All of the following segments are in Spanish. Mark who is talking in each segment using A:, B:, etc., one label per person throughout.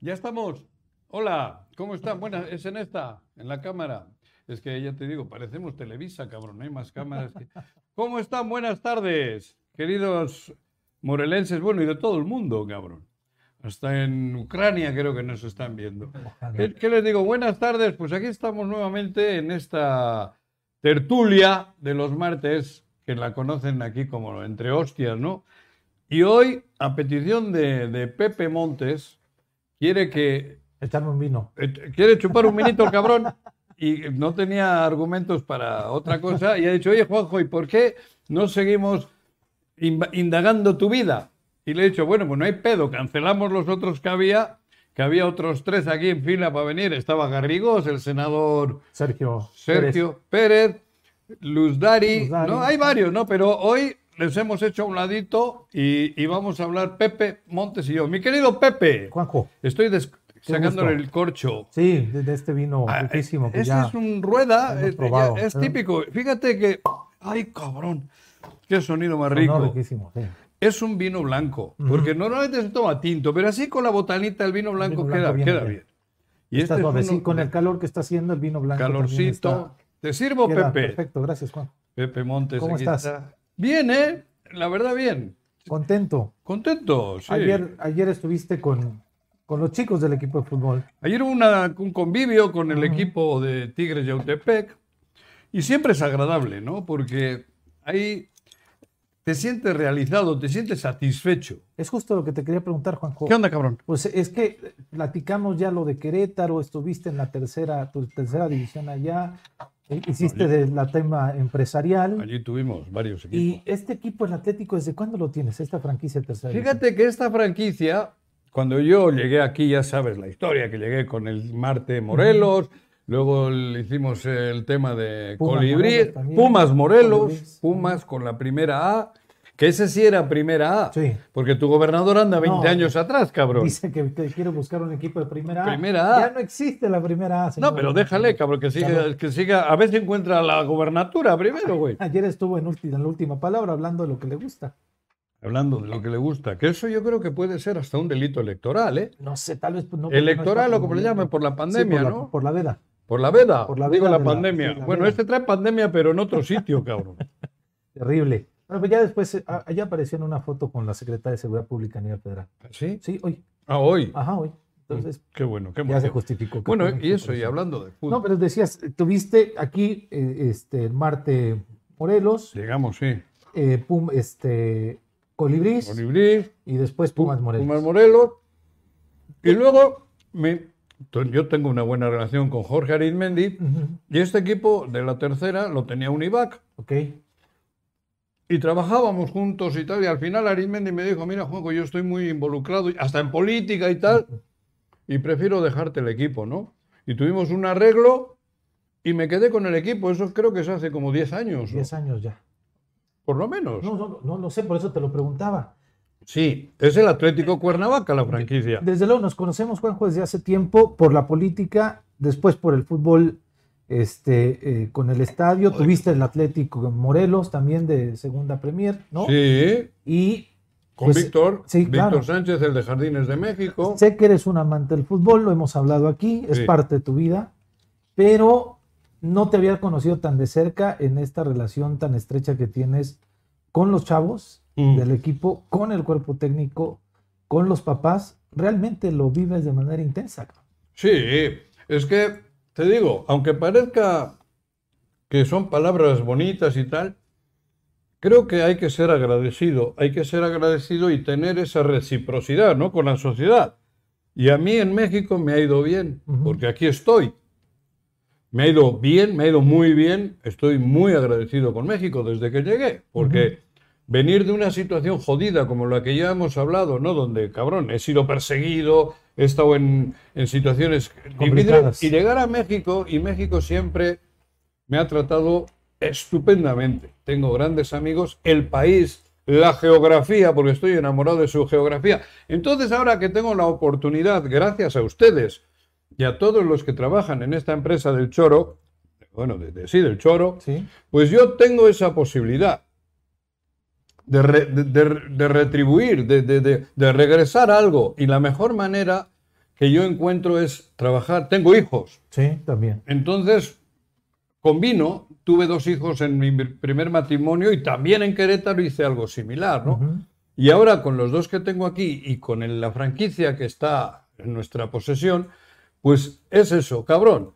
A: Ya estamos. Hola, ¿cómo están? Buenas, es en esta, en la cámara. Es que ya te digo, parecemos Televisa, cabrón, no hay más cámaras. que- ¿Cómo están? Buenas tardes, queridos morelenses, bueno, y de todo el mundo, cabrón. Hasta en Ucrania creo que nos están viendo. ¿Qué, qué les digo? Buenas tardes, pues aquí estamos nuevamente en esta tertulia de los martes, que la conocen aquí como entre hostias, ¿no? Y hoy, a petición de, de Pepe Montes, quiere que
B: Echarme un vino.
A: eh, quiere chupar un minuto el cabrón y no tenía argumentos para otra cosa y ha dicho, oye Juanjo, ¿y por qué no seguimos inv- indagando tu vida? Y le he dicho, bueno, pues no hay pedo, cancelamos los otros que había, que había otros tres aquí en fila para venir. Estaba Garrigós, el senador
B: Sergio.
A: Sergio Pérez, Luz Dari,
B: Luz Dari.
A: ¿no? Hay varios, ¿no? Pero hoy les hemos hecho a un ladito y, y vamos a hablar Pepe Montes y yo. Mi querido Pepe,
B: Pérez. Juanjo.
A: estoy des- sacándole
B: gusto.
A: el corcho.
B: Sí, de, de este vino
A: Ah,
B: riquísimo que
A: Este
B: ya.
A: es un rueda,
B: hemos
A: eh, ya-
B: probado,
A: es
B: ¿eh?
A: típico. Fíjate que, ay cabrón, qué sonido más
B: sonó
A: rico.
B: riquísimo, sí.
A: Es un vino blanco, porque normalmente se toma tinto, pero así con la botanita el vino blanco,
B: vino
A: queda,
B: blanco viene
A: queda
B: bien.
A: bien. Y este
B: Está
A: es
B: suavecito,
A: uno-
B: con el calor que está haciendo el vino blanco. también
A: calorcito.
B: está-
A: Te sirvo,
B: queda
A: Pepe.
B: Perfecto, gracias, Juan.
A: Pepe Montes.
B: ¿Cómo
A: aquí
B: estás?
A: está. Bien, ¿eh? La verdad, bien.
B: Contento.
A: Contento. sí.
B: Ayer, ayer estuviste con, con los chicos del equipo de fútbol.
A: Ayer hubo una- un convivio con el equipo de Tigres Yautepec y siempre es agradable, ¿no? Porque ahí te sientes realizado, te sientes satisfecho.
B: Es justo lo que te quería preguntar, Juanjo.
A: ¿Qué onda, cabrón?
B: Pues es que platicamos ya lo de Querétaro, estuviste en la tercera, tu tercera división allá, eh, hiciste de la tema empresarial.
A: Allí tuvimos varios
B: Y
A: equipos.
B: este equipo, el Atlético, ¿desde cuándo lo tienes? Esta franquicia de tercera. división?
A: Fíjate que esta franquicia, cuando yo llegué aquí, ya sabes la historia, que llegué con el Marte Morelos, luego el- hicimos el tema de
B: Pumas
A: Colibrí,
B: Morelos también.
A: Pumas Morelos,
B: Colibrís.
A: Pumas con la primera A, que ese sí era primera A,
B: Sí.
A: porque tu gobernador anda 20
B: No.
A: años atrás, cabrón.
B: Dice que, que quiere buscar un equipo de primera A.
A: Primera A.
B: Ya no existe la primera A. señor.
A: No, pero déjale, cabrón, que siga, que siga. A veces encuentra la gobernatura primero, güey.
B: Ayer estuvo en, ulti- en la última palabra hablando de lo que le gusta.
A: Hablando de lo que le gusta, que eso yo creo que puede ser hasta un delito electoral, ¿eh?
B: No sé, tal vez. pues, No,
A: Electoral o como le llaman,
B: llaman
A: por la pandemia,
B: por la,
A: ¿no?
B: Por la veda.
A: Por la veda,
B: Por la
A: digo
B: veda
A: la
B: de la-
A: pandemia.
B: sí, la
A: bueno,
B: veda.
A: este trae pandemia, pero en otro sitio, cabrón.
B: Terrible. Bueno, pues ya después, eh, a- allá apareció en una foto con la secretaria de Seguridad Pública a nivel federal.
A: ¿Sí?
B: Sí, hoy.
A: Ah, hoy.
B: Ajá, hoy. Entonces,
A: Qué bueno, qué
B: ya se
A: bueno.
B: justificó. que
A: Mm. Bueno,
B: fue un
A: y eso, y
B: equipo
A: hablando de
B: No, pues,
A: fútbol.
B: pero decías, eh, tuviste aquí eh, este, el Marte Morelos,
A: Llegamos, sí.
B: eh, Pum, este, Colibrís
A: Colibrí,
B: y después
A: Pu-
B: Pumas Morelos.
A: Pumas Morelos. Y luego, me- yo tengo una buena relación con Jorge Arizmendi.
B: Ujú,
A: Y este equipo de la tercera lo tenía Univac
B: ok.
A: y trabajábamos juntos y tal. Y al final Arismendi me dijo, mira Juanjo, yo estoy muy involucrado, y- hasta en política y tal, y prefiero dejarte el equipo, ¿no? Y tuvimos un arreglo y me quedé con el equipo. Eso creo que es hace como 10 años, ¿no?
B: 10 años ya.
A: por lo menos.
B: No, no, no lo sé, por eso te lo preguntaba.
A: Sí, es el Atlético Cuernavaca la franquicia.
B: Desde luego nos conocemos, Juanjo, desde hace tiempo por la política, después por el fútbol este, eh, con el estadio. Tuviste el Atlético Morelos también de segunda Premier, ¿no?
A: Sí,
B: Y
A: con
B: Pues,
A: Víctor,
B: sí,
A: Víctor
B: claro.
A: Sánchez, el de Jardines de México.
B: Sé que eres un amante del fútbol, lo hemos hablado aquí, es
A: Sí.
B: parte de tu vida, pero no te había conocido tan de cerca en esta relación tan estrecha que tienes con los chavos
A: Mm.
B: del equipo, con el cuerpo técnico, con los papás. Realmente lo vives de manera intensa. cabrón.
A: Sí, es que te digo, aunque parezca que son palabras bonitas y tal, creo que hay que ser agradecido, hay que ser agradecido y tener esa reciprocidad, ¿no? Con la sociedad. Y a mí en México me ha ido bien,
B: Ujú.
A: porque aquí estoy. Me ha ido bien, me ha ido muy bien, estoy muy agradecido con México desde que llegué, porque venir de una situación jodida como la que ya hemos hablado, ¿no? Donde, cabrón, he sido perseguido, he estado en, en situaciones difíciles,
B: Complicadas.
A: y llegar a México, y México siempre me ha tratado estupendamente. Tengo grandes amigos, el país, la geografía, porque estoy enamorado de su geografía. Entonces, ahora que tengo la oportunidad, gracias a ustedes y a todos los que trabajan en esta empresa del Choro, bueno, de, de- sí, del Choro,
B: ¿sí?
A: pues yo tengo esa posibilidad de, re- de- de- de retribuir, de, de- de- de regresar algo. Y la mejor manera que yo encuentro es trabajar. Tengo hijos,
B: Sí, también.
A: entonces combino. Tuve dos hijos en mi primer matrimonio y también en Querétaro hice algo similar, ¿no?
B: Ujú.
A: Y ahora con los dos que tengo aquí y con el- la franquicia que está en nuestra posesión, pues es eso, cabrón.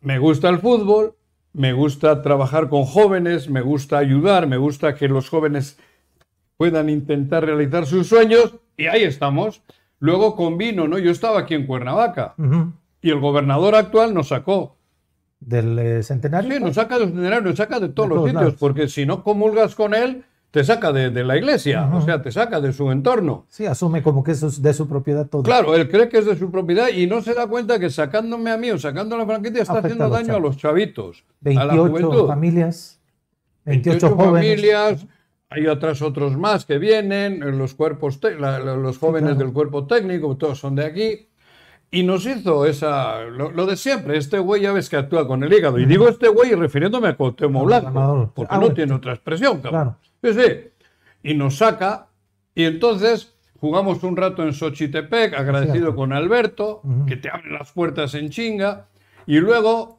A: Me gusta el fútbol, me gusta trabajar con jóvenes, me gusta ayudar, me gusta que los jóvenes puedan intentar realizar sus sueños y ahí estamos. Luego combino, ¿no? Yo estaba aquí en Cuernavaca
B: Ujú.
A: y el gobernador actual nos sacó.
B: Del eh, centenario.
A: Sí,
B: ¿no?
A: nos saca de los funerarios, nos saca de todos los
B: todos
A: sitios,
B: lados.
A: porque si no comulgas con él, te saca de, de la iglesia, o
B: Ajá.
A: sea, te saca de su entorno.
B: Sí, asume como que eso es de su propiedad todo.
A: Claro, él cree que es de su propiedad y no se da cuenta que sacándome a mí o sacando a la franquicia está
B: Afecta
A: haciendo
B: a los
A: daño a los chavitos, a la
B: 28
A: juventud.
B: familias, 28,
A: 28
B: jóvenes.
A: familias, hay atrás otros más que vienen, eh, los cuerpos, te- la- la- los jóvenes
B: claro.
A: del cuerpo técnico, todos son de aquí. Y nos hizo esa, lo, lo de siempre, este güey ya ves que actúa con el hígado. Y digo este güey refiriéndome a Cuauhtémoc
B: Al
A: Blanco,
B: gobernador.
A: porque
B: Ah,
A: no
B: bueno.
A: tiene otra expresión, cabrón.
B: Claro.
A: Sí, sí. Y nos saca, y entonces jugamos un rato en Xochitepec, agradecido
B: Cierto.
A: con Alberto,
B: Ujú.
A: que te abre las puertas en chinga, y luego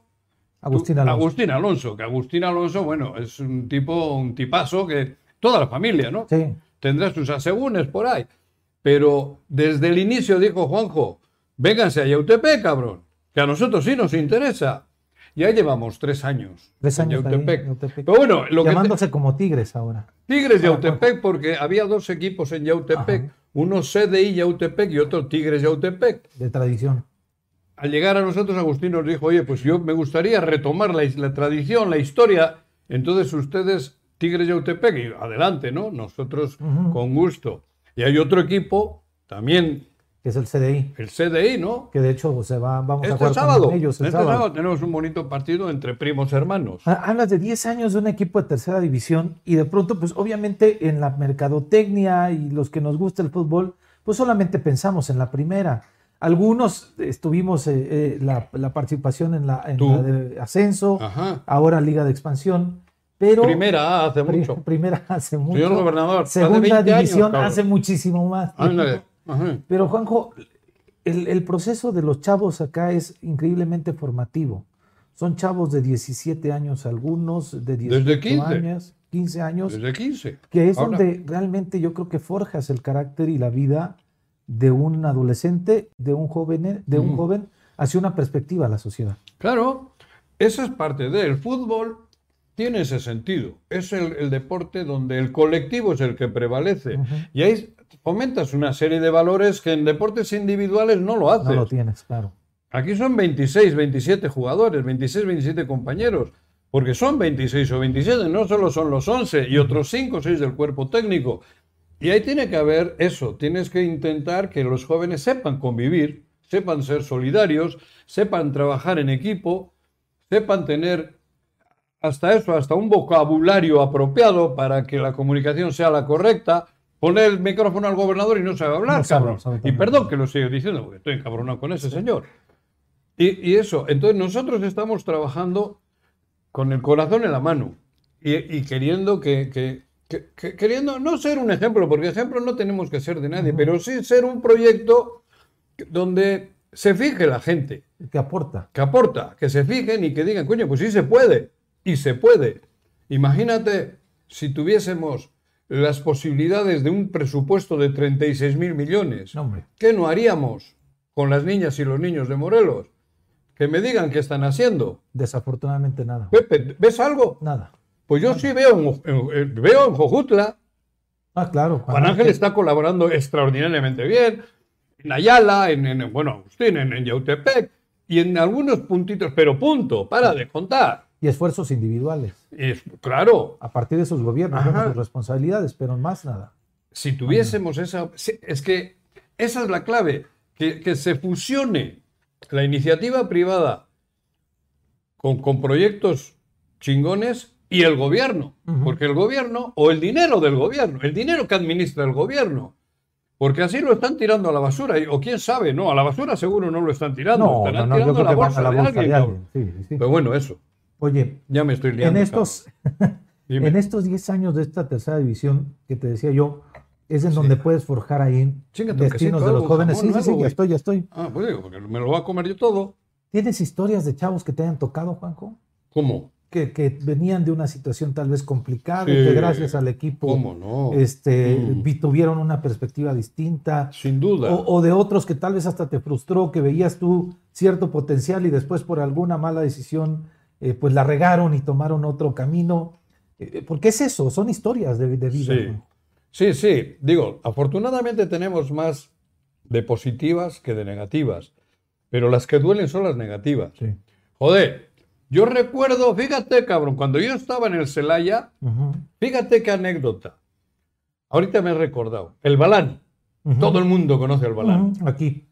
B: Agustín
A: Tú-
B: Alonso.
A: Agustín Alonso, que Agustín Alonso, bueno, es un tipo, un tipazo que toda la familia, ¿no?
B: Sí,
A: Tendrá sus asegúnes por ahí. Pero desde el inicio dijo Juanjo, vénganse a Yautepec, cabrón, que a nosotros sí nos interesa. Ya llevamos tres años.
B: Tres
A: en
B: años ahí,
A: Yautepec.
B: Yautepec.
A: Pero bueno, lo que te-
B: llamándose como Tigres ahora.
A: Tigres Yautepec, porque había dos equipos en Yautepec, uno CDI Yautepec y otro Tigres Yautepec
B: de tradición.
A: al llegar a nosotros, Agustín nos dijo, oye, pues yo me gustaría retomar la, is- la tradición, la historia. Entonces ustedes, Tigres Yautepec, y adelante, ¿no? Nosotros
B: Ujú.
A: con gusto. Y hay otro equipo, también
B: que es el CDI,
A: el CDI, ¿no?
B: que de hecho se va, vamos a
A: Este
B: jugar
A: sábado,
B: con ellos el
A: este
B: sábado. Ah,
A: sábado tenemos un bonito partido entre primos hermanos.
B: Ha- Hablas de 10 años de un equipo de tercera división y de pronto, pues obviamente en la mercadotecnia y los que nos gusta el fútbol, pues solamente pensamos en la primera. Algunos estuvimos eh, eh, la, la participación en la, en
A: Tú.
B: la de ascenso,
A: Ajá.
B: ahora Liga de Expansión, pero
A: Primera A hace
B: pri-
A: mucho.
B: primera hace mucho,
A: Señor gobernador, hace
B: segunda
A: 20 años,
B: división
A: cabrón.
B: hace muchísimo más.
A: Ándale. Ajá.
B: Pero Juanjo, el, el proceso de los chavos acá es increíblemente formativo. Son chavos de 17 años algunos, de 18
A: Desde 15.
B: años, 15 años,
A: Desde 15.
B: que es
A: Ahora-
B: donde realmente yo creo que forjas el carácter y la vida de un adolescente, de un joven, de un
A: Mm.
B: joven hacia una perspectiva a la sociedad.
A: Claro, esa es parte del fútbol, tiene ese sentido. Es el, el deporte donde el colectivo es el que prevalece.
B: Ujú.
A: Y ahí fomentas una serie de valores que en deportes individuales no lo haces.
B: No lo tienes, claro.
A: Aquí son 26, 27 jugadores, 26, 27 compañeros, porque son 26 o 27, no solo son los 11 y otros 5 o 6 del cuerpo técnico. Y ahí tiene que haber eso, tienes que intentar que los jóvenes sepan convivir, sepan ser solidarios, sepan trabajar en equipo, sepan tener hasta eso, hasta un vocabulario apropiado para que la comunicación sea la correcta. Poner el micrófono al gobernador y no sabe hablar,
B: No sabe,
A: cabrón.
B: sabe
A: y
B: también.
A: perdón que lo sigo diciendo, porque estoy encabronado con ese señor. Y, y eso, entonces nosotros estamos trabajando con el corazón en la mano y, y queriendo que, que- que- que- queriendo no ser un ejemplo, porque ejemplo no tenemos que ser de nadie, pero sí ser un proyecto donde se fije la gente,
B: Que aporta.
A: que aporta, que se fijen y que digan, coño, pues sí se puede, y se puede. Imagínate si tuviésemos las posibilidades de un presupuesto de 36 mil millones.
B: No, hombre.
A: ¿Qué no haríamos con las niñas y los niños de Morelos? Que me digan qué están haciendo.
B: Desafortunadamente nada.
A: Pepe, ¿ves algo?
B: Nada.
A: Pues yo sí veo en, en- en- veo en Jojutla.
B: Ah, claro. Juan
A: Juan Ángel está colaborando extraordinariamente bien. En Ayala, en, en- bueno, Agustín, en, en Yautepec. Y en algunos puntitos, pero punto, para de contar.
B: Y esfuerzos individuales.
A: Y es- claro,
B: A partir de sus gobiernos, vemos
A: Ajá.
B: sus responsabilidades, pero más nada.
A: si tuviésemos esa... si- Es que esa es la clave, que, que se fusione la iniciativa privada con, con proyectos chingones y el gobierno,
B: Ujú.
A: porque el gobierno, o el dinero del gobierno, el dinero que administra el gobierno, porque así lo están tirando a la basura, y- o quién sabe, no, a la basura seguro no lo están tirando,
B: No,
A: estarán
B: no, no, yo
A: tirando
B: creo
A: a la
B: que van
A: bolsa,
B: a la
A: de
B: bolsa
A: alguien.
B: de
A: cabrón.
B: alguien. Sí, sí, sí.
A: Pero bueno, eso,
B: Oye,
A: ya me estoy liando.
B: en
A: cabrón.
B: estos,
A: Dime.
B: en estos 10 años de esta tercera división que te decía yo, Es en
A: Sí.
B: donde puedes forjar ahí
A: Chíngate un
B: destinos
A: quesito,
B: de los
A: algo,
B: jóvenes.
A: jamón,
B: Sí, sí, sí,
A: algo,
B: ya
A: güey.
B: estoy, ya estoy.
A: Ah, pues digo, porque me lo voy a comer yo todo.
B: ¿Tienes historias de chavos que te hayan tocado, Juanjo?
A: ¿Cómo?
B: Que, que venían de una situación tal vez complicada,
A: Sí.
B: y que gracias al equipo
A: ¿Cómo no?
B: este,
A: Mm.
B: vi- tuvieron una perspectiva distinta.
A: Sin duda.
B: O, o de otros que tal vez hasta te frustró, que veías tú cierto potencial y después por alguna mala decisión, eh, pues la regaron y tomaron otro camino. Eh, porque es eso, son historias de, de vida.
A: Sí.
B: ¿no?
A: Sí, sí. Digo, afortunadamente tenemos más de positivas que de negativas. Pero las que duelen son las negativas. Joder, yo recuerdo, fíjate, cabrón, cuando yo estaba en el Celaya,
B: Ujú,
A: fíjate qué anécdota. Ahorita me he recordado. El Balán.
B: ujú,
A: Todo el mundo conoce el Balán.
B: ujú, Aquí.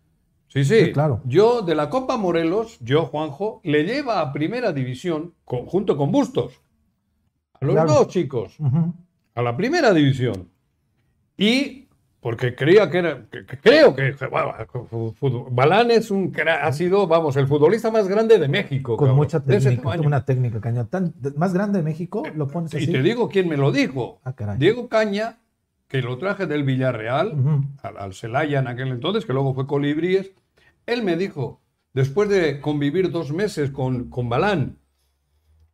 A: Sí, sí.
B: Sí, claro.
A: Yo de la Copa Morelos, yo, Juanjo, le lleva a primera división con- junto con Bustos. A los
B: Claro.
A: dos chicos,
B: ujú.
A: a la primera división. Y porque creía que era, que- que creo que bueno, fu- fu- Balán es un, cra- ha sido, vamos, el futbolista más grande de México.
B: Con
A: cabrón,
B: mucha
A: de ese
B: técnica,
A: tamaño.
B: una técnica cañón. Tan- de- más grande de México, lo pones
A: Y
B: así.
A: te digo quién me lo dijo.
B: Ah, caray.
A: Diego Caña, que lo traje del Villarreal,
B: Ujú.
A: al, al Celaya en aquel entonces, que luego fue Colibríes, él me dijo, después de convivir dos meses con, con Balán,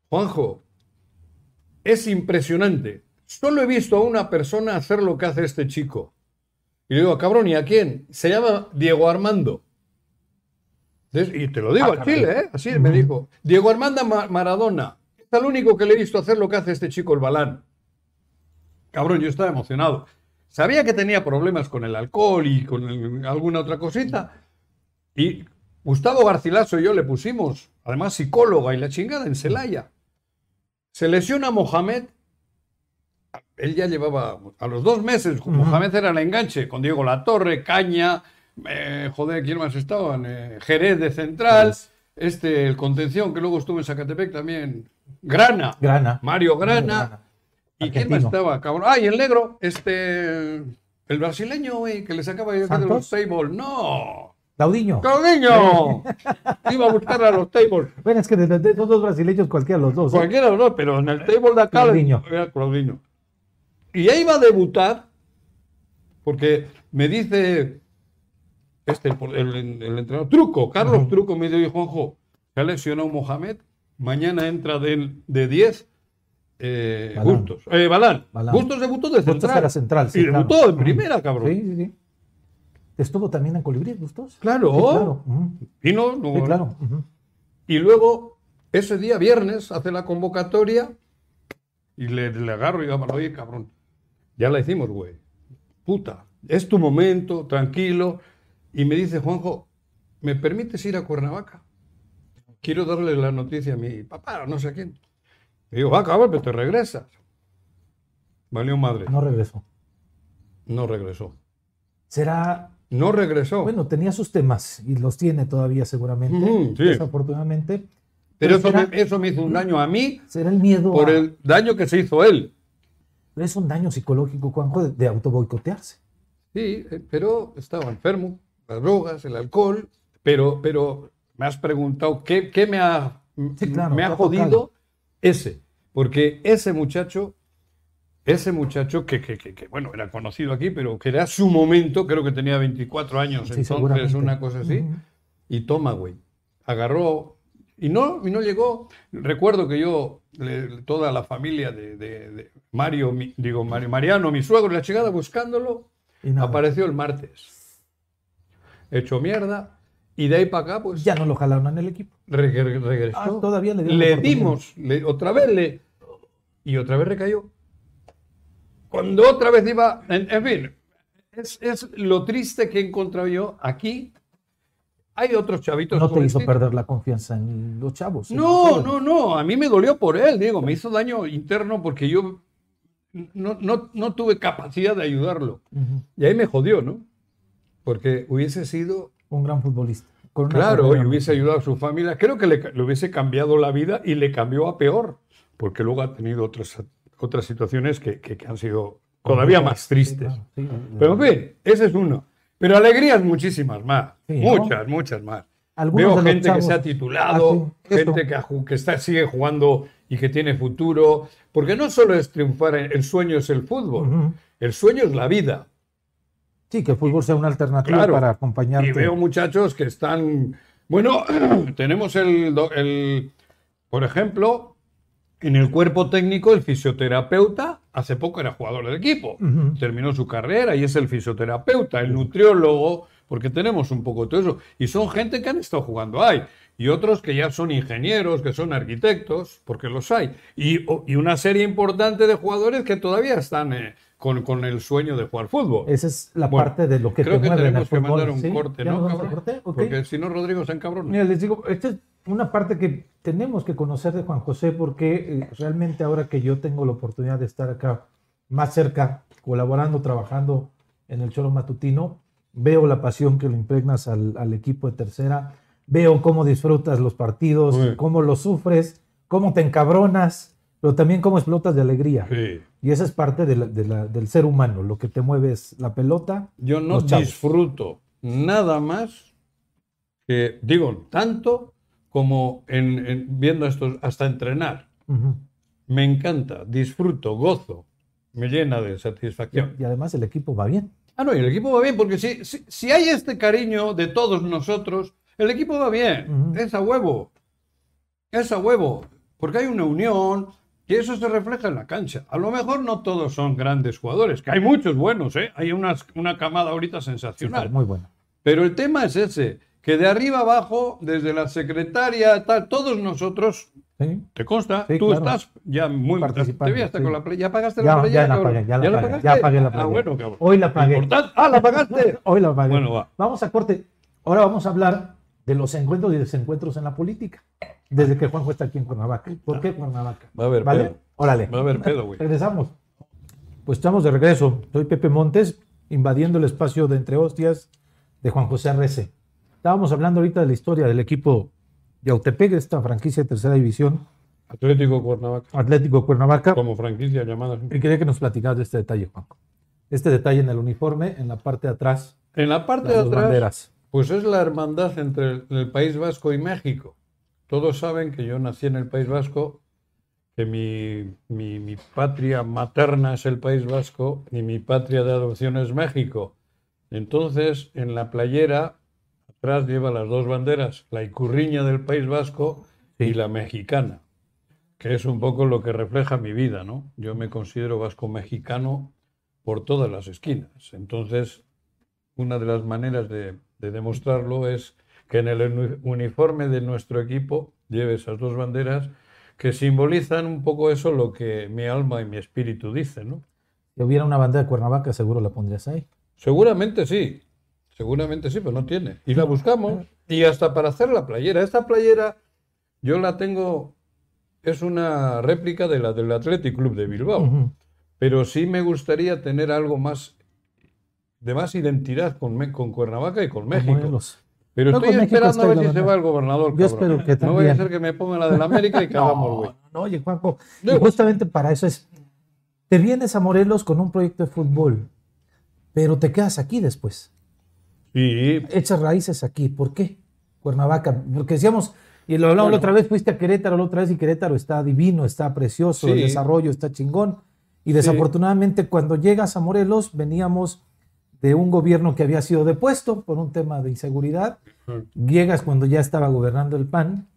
A: Juanjo, es impresionante. Solo he visto a una persona hacer lo que hace este chico. Y le digo, cabrón, ¿y a quién? Se llama Diego Armando. Entonces, Y te lo digo a Chile, ¿eh? Así me dijo. Diego Armando Ma- Maradona. Es el único que le he visto hacer lo que hace este chico, el Balán. Cabrón, yo estaba emocionado. Sabía que tenía problemas con el alcohol y con el- alguna otra cosita. Y Gustavo Garcilaso y yo le pusimos, además psicóloga y la chingada en Celaya. Se lesiona Mohamed. Él ya llevaba a los dos meses.
B: Ujú.
A: Mohamed era el enganche con Diego Latorre, Caña, eh, joder, ¿quién más estaban? Eh, Jerez de Central,
B: Pues.
A: este, el Contención, que luego estuvo en Zacatepec también. Grana,
B: Grana.
A: Mario Grana.
B: Grana.
A: ¿Y quién
B: Argentino.
A: más estaba, cabrón? Ah, y el negro, este. El brasileño, güey, que le sacaba yo aquí de los
B: ¿Santos?
A: tables. ¡No!
B: Claudinho.
A: ¡Caudiño! Iba a buscar a los tables.
B: Bueno, es que de, de- de esos dos brasileños, cualquiera de los dos. ¿eh?
A: Cualquiera de los dos, pero en el table de acá
B: Claudinho.
A: era Claudinho. Y ya iba a debutar, porque me dice este, el, por- el- el entrenador, Truco, Carlos
B: Ujú.
A: Truco, me dice, "Oye, Juanjo, se ha lesionado Mohamed, mañana entra de, de 10 eh,
B: Balán.
A: Bustos. Eh, Balán.
B: Balán.
A: Bustos debutó de
B: Bustos
A: central.
B: era central, sí,
A: y
B: claro.
A: debutó de primera, cabrón.
B: Sí, sí, sí. Estuvo también en Colibrí, Bustos.
A: Claro.
B: Sí, claro. ujú.
A: Y no, no-
B: Sí, claro. ujú.
A: Y luego, ese día, viernes, hace la convocatoria y le, le agarro y digo, oye, cabrón, ya la hicimos, güey. Puta, es tu momento, tranquilo. Y me dice, Juanjo, ¿me permites ir a Cuernavaca? Quiero darle la noticia a mi papá, o no sé a quién. Y digo, va, cabrón, pero te regresas. Valió madre. No,
B: No regresó.
A: regresó.
B: Será.
A: No regresó.
B: Bueno, tenía sus temas y los tiene todavía seguramente.
A: Ujú, sí.
B: Desafortunadamente.
A: pero eso,
B: será,
A: me, eso me hizo un daño a mí
B: será el miedo.
A: por
B: a-
A: el daño que se hizo él.
B: Es un daño psicológico, Juanjo, de, de autoboicotearse.
A: Sí, eh, pero estaba enfermo, las drogas, el alcohol, pero, pero me has preguntado qué, qué me ha,
B: Sí, claro,
A: me
B: te
A: ha
B: ha
A: jodido
B: tocado.
A: ese, porque ese muchacho, ese muchacho que, que, que- que, bueno, era conocido aquí, pero que era su momento, creo que tenía 24 años,
B: Sí,
A: entonces
B: seguramente.
A: una cosa así,
B: Ujú.
A: y toma, güey. Agarró y no, y no llegó. Recuerdo que yo, le- toda la familia de, de- de Mario, mi- digo, Mario, Mariano, mi suegro, la llegada buscándolo,
B: Y nada.
A: apareció el martes. Hecho mierda. Y de ahí para acá, pues,
B: Ya no lo jalaron en el equipo.
A: re- re- regresó.
B: Ah, todavía le dieron la
A: Le
B: oportunidad.
A: dimos, le- otra vez le... Y otra vez recayó. Cuando otra vez iba... En, en fin, es, es lo triste que he encontrado yo aquí. Hay otros chavitos
B: No te hizo
A: jovencitos.
B: perder la confianza en los chavos. en los
A: No,
B: jóvenes.
A: no, no, a mí me dolió por él, Diego, me hizo daño interno porque yo no, no, no tuve capacidad de ayudarlo.
B: Ujú.
A: Y ahí me jodió, ¿no? Porque hubiese sido,
B: Un gran futbolista. con una
A: claro,
B: carrera
A: y hubiese
B: muy-
A: ayudado a su familia. Creo que le, ca- le hubiese cambiado la vida y le cambió a peor, porque luego ha tenido otras, otras situaciones que, que- que han sido todavía más
B: Sí,
A: tristes.
B: claro, sí, de-
A: Pero en fin, ese es uno. Pero alegrías muchísimas más,
B: Sí, ¿no?
A: muchas, muchas más.
B: Algunos de
A: Veo
B: los
A: gente que se
B: chavos-
A: ha titulado,
B: Ah, sí, eso.
A: gente que, ha ju- que está, sigue jugando y que tiene futuro, porque no solo es triunfar, en- el sueño es el fútbol.
B: Ujú.
A: El sueño es la vida.
B: Sí, que el fútbol sea una alternativa
A: Claro.
B: para acompañarte.
A: Y veo muchachos que están. Bueno, tenemos el, do- el- Por ejemplo, en el cuerpo técnico, el fisioterapeuta hace poco era jugador del equipo.
B: Ujú.
A: Terminó su carrera y es el fisioterapeuta, el nutriólogo, porque tenemos un poco todo eso. Y son gente que han estado jugando ahí. Y otros que ya son ingenieros, que son arquitectos, porque los hay. Y, o- y una serie importante de jugadores que todavía están eh, con, con el sueño de jugar fútbol.
B: Esa es la
A: Bueno,
B: parte de lo que
A: Creo
B: te
A: que
B: mueve en el
A: tenemos que
B: fútbol,
A: mandar un
B: ¿sí?
A: corte, ¿no,
B: ¿Ya nos vamos a
A: cabrón?
B: corte? Ok.
A: Porque si no, Rodrigo se encabrona.
B: Mira, les digo, esta es una parte que tenemos que conocer de Juan José porque eh, realmente ahora que yo tengo la oportunidad de estar acá más cerca, colaborando, trabajando en el Choro Matutino, veo la pasión que le impregnas al, al equipo de tercera, veo cómo disfrutas los partidos,
A: Uy.
B: cómo los sufres, cómo te encabronas, pero también cómo explotas de alegría.
A: Sí.
B: Y esa es parte de la- de la- del ser humano, lo que te mueve es la pelota.
A: Yo no
B: Los chavos.
A: disfruto nada más que, digo, tanto como en, en- viendo a estos, hasta entrenar.
B: Ujú.
A: Me encanta, disfruto, gozo, me llena de satisfacción.
B: Y además el equipo va bien.
A: Ah, no, y el equipo va bien, porque si, si, si hay este cariño de todos nosotros, el equipo va bien.
B: Ujú.
A: Es a huevo. Es a huevo. Porque hay una unión y eso se refleja en la cancha. A lo mejor no todos son grandes jugadores, que hay muchos buenos, ¿eh? Hay unas- una camada ahorita
B: Está
A: sensacional.
B: muy bueno.
A: Pero el tema es ese, que de arriba abajo, desde la secretaria, tal, todos nosotros,
B: ¿sí?
A: te consta,
B: Sí,
A: tú
B: claro.
A: estás ya muy
B: Participando,
A: Te vi hasta
B: sí.
A: con la play- ¿Ya pagaste
B: Ya,
A: la playa?
B: ya la pagué, ya la pagué,
A: pagaste?
B: ya pagué la playa.
A: Ah, bueno, cabrón.
B: Hoy la pagué.
A: Importante. Ah, la pagaste.
B: Hoy la pagué.
A: Bueno, va.
B: Vamos a corte. Ahora vamos a hablar de los encuentros y desencuentros en la política. Desde que Juanjo está aquí en Cuernavaca. ¿Por qué Cuernavaca?
A: Va a haber
B: ¿Vale?
A: pedo.
B: Órale.
A: Va a haber pedo, güey.
B: Regresamos. Pues estamos de regreso. Soy Pepe Montes, invadiendo el espacio de Entre Hostias de Juan José Arrece. Estábamos hablando ahorita de la historia del equipo de Autepec, esta franquicia de tercera división,
A: Atlético Cuernavaca,
B: Atlético Cuernavaca.
A: como franquicia llamada. así.
B: Y quería que nos platicaras de este detalle, Juanjo. Este detalle en el uniforme, en la parte de atrás,
A: En la parte
B: las
A: de
B: dos
A: atrás,
B: banderas.
A: pues es la hermandad entre el, el País Vasco y México. Todos saben que yo nací en el País Vasco, que mi, mi- mi patria materna es el País Vasco y mi patria de adopción es México. Entonces, en la playera, atrás lleva las dos banderas, la icurriña del País Vasco y
B: Sí.
A: la mexicana, que es un poco lo que refleja mi vida, ¿no? Yo me considero vasco-mexicano por todas las esquinas. Entonces, una de las maneras de, de demostrarlo es que en el uni- uniforme de nuestro equipo lleve esas dos banderas que simbolizan un poco eso lo que mi alma y mi espíritu dicen, ¿no?
B: Si hubiera una bandera de Cuernavaca, seguro la pondrías ahí.
A: Seguramente sí, seguramente sí, pero no tiene. Y la buscamos. Y hasta para hacer la playera. Esta playera yo la tengo, es una réplica de la del Athletic Club de Bilbao.
B: Ujú.
A: Pero sí me gustaría tener algo más de más identidad con, Me- con Cuernavaca y con México.
B: Morelos.
A: Pero
B: No,
A: estoy
B: con México
A: esperando a
B: estoy,
A: ver
B: la
A: si se va
B: verdad.
A: el gobernador.
B: Yo
A: cabrón.
B: espero que
A: No voy a
B: también.
A: ser que me pongan la del América y cagamos, güey.
B: No, no, oye, Juanjo. y
A: Luego.
B: justamente para eso es. Te vienes a Morelos con un proyecto de fútbol, pero te quedas aquí después.
A: Sí,
B: Echas raíces aquí. ¿Por qué? Cuernavaca. Porque decíamos, y lo hablamos la otra vez, fuiste a Querétaro la otra vez y Querétaro está divino, está precioso, el
A: Sí.
B: desarrollo está chingón. Y desafortunadamente cuando llegas a Morelos veníamos de un gobierno que había sido depuesto por un tema de inseguridad.
A: Ujú.
B: Llegas cuando ya estaba gobernando el PAN,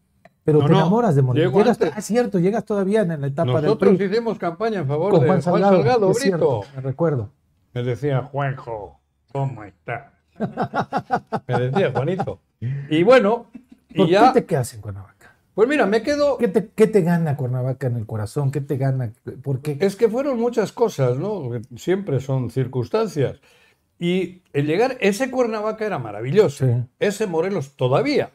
B: pero
A: No,
B: te
A: no,
B: enamoras de Morelos.
A: llego
B: Llegas,
A: antes.
B: ah, cierto, llegas todavía en la etapa
A: nosotros
B: del PRI
A: hicimos campaña en favor
B: con
A: de
B: Juan Salgado.
A: Salgado
B: es cierto,
A: Brito.
B: me recuerdo.
A: Me decía, Juanjo, ¿cómo está? Me decía Juanito. Y bueno, y
B: ¿Por
A: ya.
B: qué te quedas en Cuernavaca?
A: Pues mira, me quedo.
B: ¿Qué te, qué te gana Cuernavaca en el corazón? ¿Qué te gana? ¿Por qué?
A: Es que fueron muchas cosas, ¿no? Siempre son circunstancias. Y el llegar, ese Cuernavaca era maravilloso.
B: Sí.
A: Ese Morelos todavía.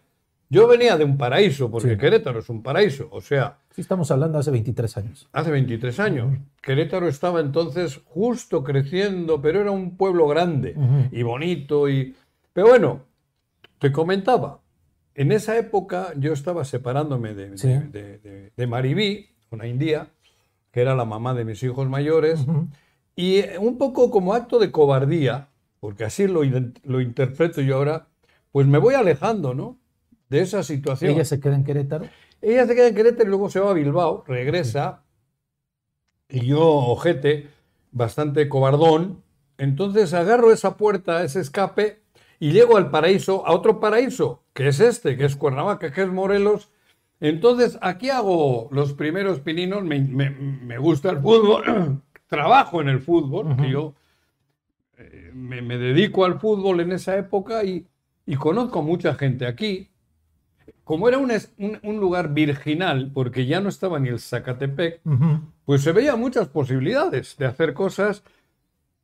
A: Yo venía de un paraíso, porque
B: Sí.
A: Querétaro es un paraíso. O sea,
B: Sí, estamos hablando de hace 23 años.
A: hace 23 años. Querétaro estaba entonces justo creciendo, pero era un pueblo grande
B: Ujú.
A: y bonito. Y... Pero bueno, te comentaba, en esa época yo estaba separándome de, de-
B: Sí.
A: de- de- de Maribí, una india, que era la mamá de mis hijos mayores,
B: Ujú.
A: y eh, un poco como acto de cobardía, porque así lo, ident- lo interpreto yo ahora, pues me voy alejando, ¿no? De esa situación.
B: Ella se queda en Querétaro.
A: Ella se queda en Querétaro y luego se va a Bilbao, regresa. Y yo, ojete, bastante cobardón. Entonces agarro esa puerta, ese escape, y llego al paraíso, a otro paraíso, que es este, que es Cuernavaca, que es Morelos. Entonces aquí hago los primeros pininos, me, me- me gusta el fútbol, trabajo en el fútbol, que yo eh, me, me dedico al fútbol en esa época y, y conozco mucha gente aquí. Como era un, es- un- un lugar virginal, porque ya no estaba ni el Zacatepec,
B: Ujú.
A: pues se veían muchas posibilidades de hacer cosas.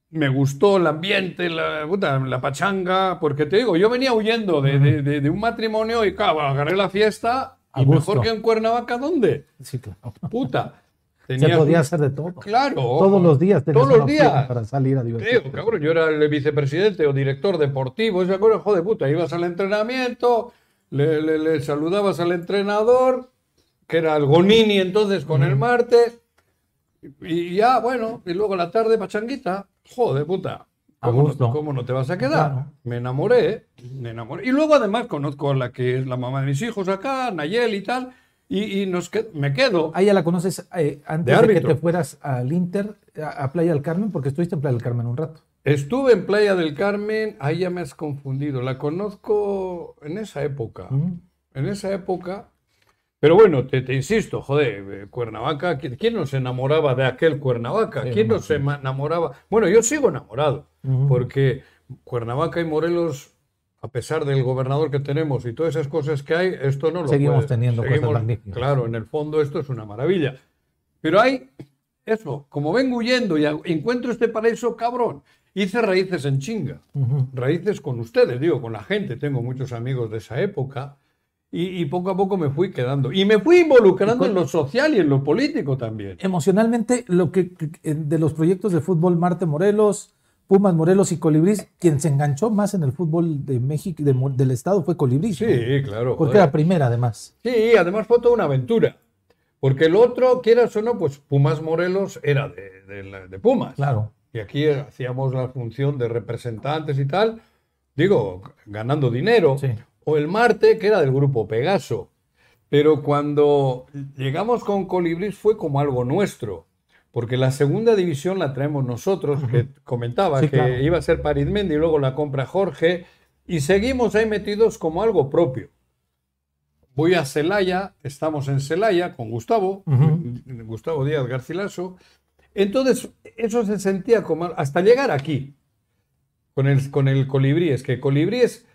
A: Me gustó el ambiente, la, puta, la pachanga, porque te digo, yo venía huyendo de, de- de- de un matrimonio y claro, agarré la fiesta
B: A
A: y
B: gusto.
A: mejor que en Cuernavaca, ¿dónde?
B: Sí, claro.
A: Puta.
B: Se
A: Tenías
B: podía
A: pues, un-
B: hacer de todo.
A: Claro.
B: Todos los días tenías
A: Todos los
B: una opción
A: días.
B: para salir a divertirte.
A: Teo, cabrón, yo era el vicepresidente o director deportivo, esa cosa, joder, puta, ibas al entrenamiento, le, le- le saludabas al entrenador, que era el Gonini entonces con el martes, y, y ya, bueno, y luego la tarde pachanguita, joder, puta,
B: A
A: ¿cómo,
B: gusto.
A: no, cómo no te vas a quedar?
B: Claro.
A: Me enamoré, me enamoré. Y luego además conozco a la que es la mamá de mis hijos acá, Nayel y tal, y, y nos qued- me quedo.
B: Ah, ya la conoces eh, antes
A: De
B: de, que
A: árbitro.
B: te fueras al Inter, a, a Playa del Carmen, porque estuviste en Playa del Carmen un rato.
A: Estuve en Playa del Carmen, ahí ya me has confundido, la conozco en esa época.
B: Mm.
A: En esa época. Pero bueno, te, te insisto, joder, eh, Cuernavaca, ¿qui- ¿quién nos enamoraba de aquel Cuernavaca?
B: Sí,
A: ¿Quién
B: no
A: nos ema- enamoraba? Bueno, yo sigo enamorado,
B: Ujú.
A: porque Cuernavaca y Morelos, a pesar del gobernador que tenemos y todas esas cosas que hay, esto no lo
B: Seguimos
A: puede-
B: teniendo cosas
A: seguimos-
B: magníficas.
A: Claro, en el fondo esto es una maravilla. Pero hay eso, como vengo huyendo y a- encuentro este paraíso cabrón, hice raíces en chinga
B: Ujú.
A: raíces con ustedes, digo, con la gente. Tengo muchos amigos de esa época y, y poco a poco me fui quedando. Y me fui involucrando en lo social y en lo político también.
B: Emocionalmente, lo que que- que de los proyectos de fútbol, Marte Morelos, Pumas Morelos y Colibrís, quien se enganchó más en el fútbol de México, de Mo- del estado, fue Colibrís. ¿no?
A: Sí, pues. claro.
B: Porque
A: joder.
B: era primera, además.
A: Sí, además fue toda una aventura. Porque el otro, quieras o no, pues Pumas Morelos era de, de la- de Pumas.
B: Claro.
A: Y aquí hacíamos la función de representantes y tal, digo, ganando dinero.
B: Sí.
A: O el Marte, que era del grupo Pegaso. Pero cuando llegamos con Colibrís fue como algo nuestro. Porque la segunda división la traemos nosotros, que comentaba
B: Sí,
A: que
B: claro.
A: iba a ser Parizmendi y luego la compra Jorge. Y seguimos ahí metidos como algo propio. Voy a Celaya, estamos en Celaya con Gustavo,
B: Ujú.
A: Gustavo Díaz Garcilaso. Entonces, eso se sentía como hasta llegar aquí, con el, con el colibríes, que colibríes,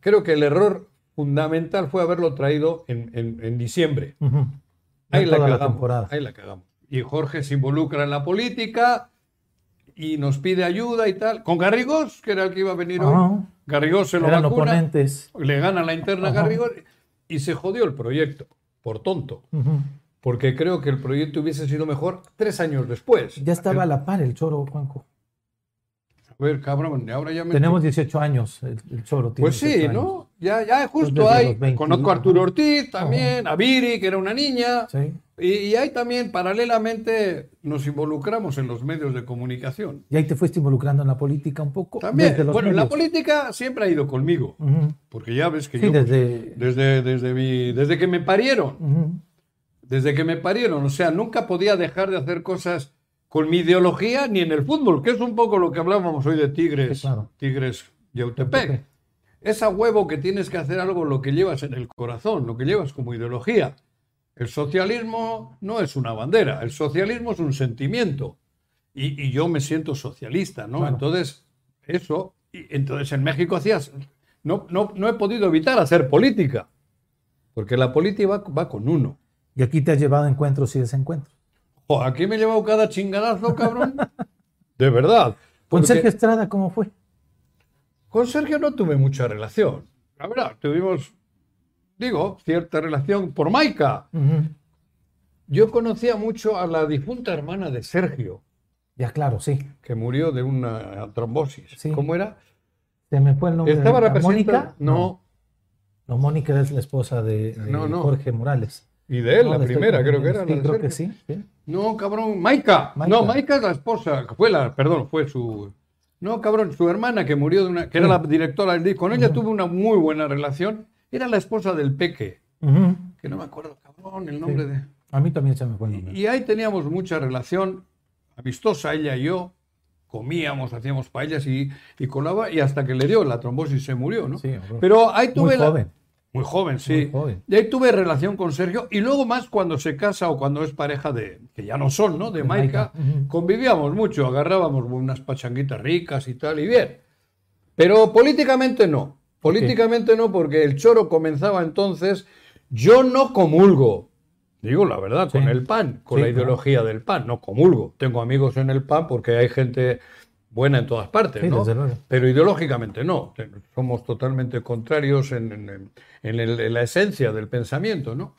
A: creo que el error fundamental fue haberlo traído en, en- en diciembre.
B: Ujú.
A: Ahí
B: Ya
A: la,
B: toda la
A: cagamos,
B: temporada.
A: ahí la cagamos. Y Jorge se involucra en la política y nos pide ayuda y tal. Con Garrigós, que era el que iba a venir hoy.
B: Ajá.
A: Garrigós se lo
B: Ah, Eran
A: vacuna,
B: oponentes.
A: le gana la interna a
B: Ajá.
A: Garrigós y se jodió el proyecto, por tonto.
B: Ujú.
A: Porque creo que el proyecto hubiese sido mejor tres años después.
B: Ya estaba a la par el Choro, Juanjo.
A: A ver, cabrón, ahora ya me...
B: Tenemos 18 años, el, el Choro tiene
A: Pues sí,
B: 18 años.
A: ¿no? Ya, ya justo
B: desde
A: hay.
B: los 21,
A: Conozco a Arturo
B: ajá.
A: Ortiz también, a Viri, que era una niña.
B: Sí.
A: Y, y ahí también, paralelamente, nos involucramos en los medios de comunicación.
B: Y ahí te fuiste involucrando en la política un poco.
A: También,
B: desde los
A: bueno, la
B: medios.
A: política siempre ha ido conmigo.
B: Ujú.
A: Porque ya ves que
B: Sí,
A: yo... pues-
B: desde.
A: Desde, desde, mi- desde que me parieron.
B: Ujú.
A: desde que me parieron. O sea, nunca podía dejar de hacer cosas con mi ideología ni en el fútbol, que es un poco lo que hablábamos hoy de Tigres,
B: Sí, claro.
A: Tigres
B: Yautepec.
A: Yautepec. Esa huevo que tienes que hacer algo lo que llevas en el corazón, lo que llevas como ideología. El socialismo no es una bandera, el socialismo es un sentimiento. Y, y yo me siento socialista, ¿no?
B: Claro.
A: Entonces, eso, y entonces en México hacías, no, no, no he podido evitar hacer política, porque la política va- va con uno.
B: Y aquí te has llevado encuentros y desencuentros.
A: Jo, aquí Pues, me he llevado cada chingadazo, cabrón. De verdad.
B: Con
A: Porque
B: Sergio Estrada, ¿cómo fue?
A: con Sergio no tuve mucha relación. La verdad, tuvimos, digo, cierta relación por Maica. Yo conocía mucho a la difunta hermana de Sergio,
B: Ya, claro, sí.
A: que murió de una trombosis.
B: Sí.
A: ¿Cómo era?
B: Se me fue el nombre.
A: Estaba
B: ahorita.
A: representada.
B: ¿Mónica?
A: No.
B: No, Mónica es la esposa de, de
A: No, no.
B: Jorge Morales.
A: Y de él,
B: No,
A: la
B: le estoy
A: primera, creo que
B: confundiendo.
A: era.
B: Sí,
A: la de
B: creo que
A: Sergio.
B: sí. sí.
A: No, cabrón, Maika.
B: Maika.
A: No, Maika es la esposa, fue la, perdón, fue su... No, cabrón, su hermana que murió de una... que era la directora del disco. Con ella tuve una muy buena relación. Era la esposa del Peque,
B: Ujú.
A: que no me acuerdo, cabrón, el nombre
B: Sí.
A: de...
B: A mí también se me fue el nombre.
A: Y ahí teníamos mucha relación. amistosa, ella y yo, comíamos, hacíamos paellas y, y colaba, y hasta que le dio la trombosis se murió, ¿no?
B: Sí, horror.
A: Pero ahí tuve
B: Muy
A: la-
B: joven.
A: Muy joven, sí.
B: Muy joven.
A: Y ahí tuve relación con Sergio y luego más cuando se casa o cuando es pareja de, que ya no son, ¿no? De, Maica,
B: Maica, ujú.
A: convivíamos mucho, agarrábamos unas pachanguitas ricas y tal, y bien. Pero políticamente no, políticamente no, porque el choro comenzaba entonces, yo no comulgo, digo la verdad, con
B: Sí.
A: el pan, con
B: Sí,
A: la
B: claro.
A: ideología del pan, no comulgo. Tengo amigos en el pan porque hay gente buena en todas partes,
B: Sí,
A: ¿no?
B: desde luego.
A: Pero ideológicamente no. Te- Somos totalmente contrarios en, en- en el- en la esencia del pensamiento, ¿no?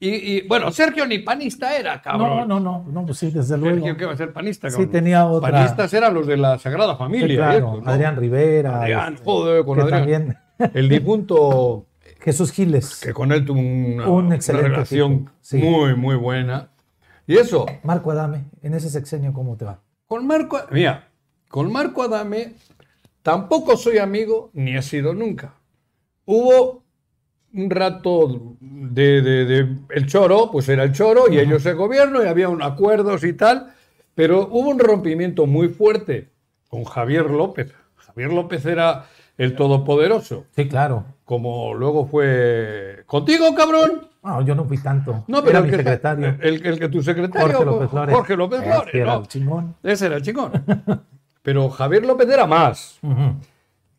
A: Y, y, bueno, Sergio ni panista era,
B: No,
A: cabrón.
B: no, no, no, pues sí, desde luego.
A: Sergio, ¿qué va a ser panista,
B: Sí,
A: cabrón?
B: tenía otra-
A: Panistas eran los de la Sagrada
B: Sí,
A: Familia.
B: claro,
A: estos, ¿no?
B: Adrián Rivera.
A: Adrián,
B: este,
A: joder, con
B: que
A: Adrián.
B: también
A: El difunto,
B: Jesús Giles.
A: que con él tuvo una,
B: Un
A: una
B: excelente
A: relación
B: tipo, sí.
A: muy, muy buena. Y eso,
B: Marco Adame, en ese sexenio, ¿cómo te va?
A: Con Marco, mira, con Marco Adame tampoco soy amigo ni he sido nunca. Hubo un rato de, de- de- el choro, pues era el choro y ellos el gobierno y había un acuerdos y tal, pero hubo un rompimiento muy fuerte con Javier López. Javier López era el todopoderoso,
B: Sí, claro.
A: como luego fue contigo, cabrón.
B: No, yo no fui tanto.
A: No, pero
B: Era
A: el
B: mi
A: que,
B: secretario.
A: El, el que tu secretario
B: Jorge López Flores.
A: Jorge López
B: Este
A: Flores,
B: era
A: ¿no?
B: el chingón.
A: Ese era el chingón. Pero Javier López era más.
B: Ujú.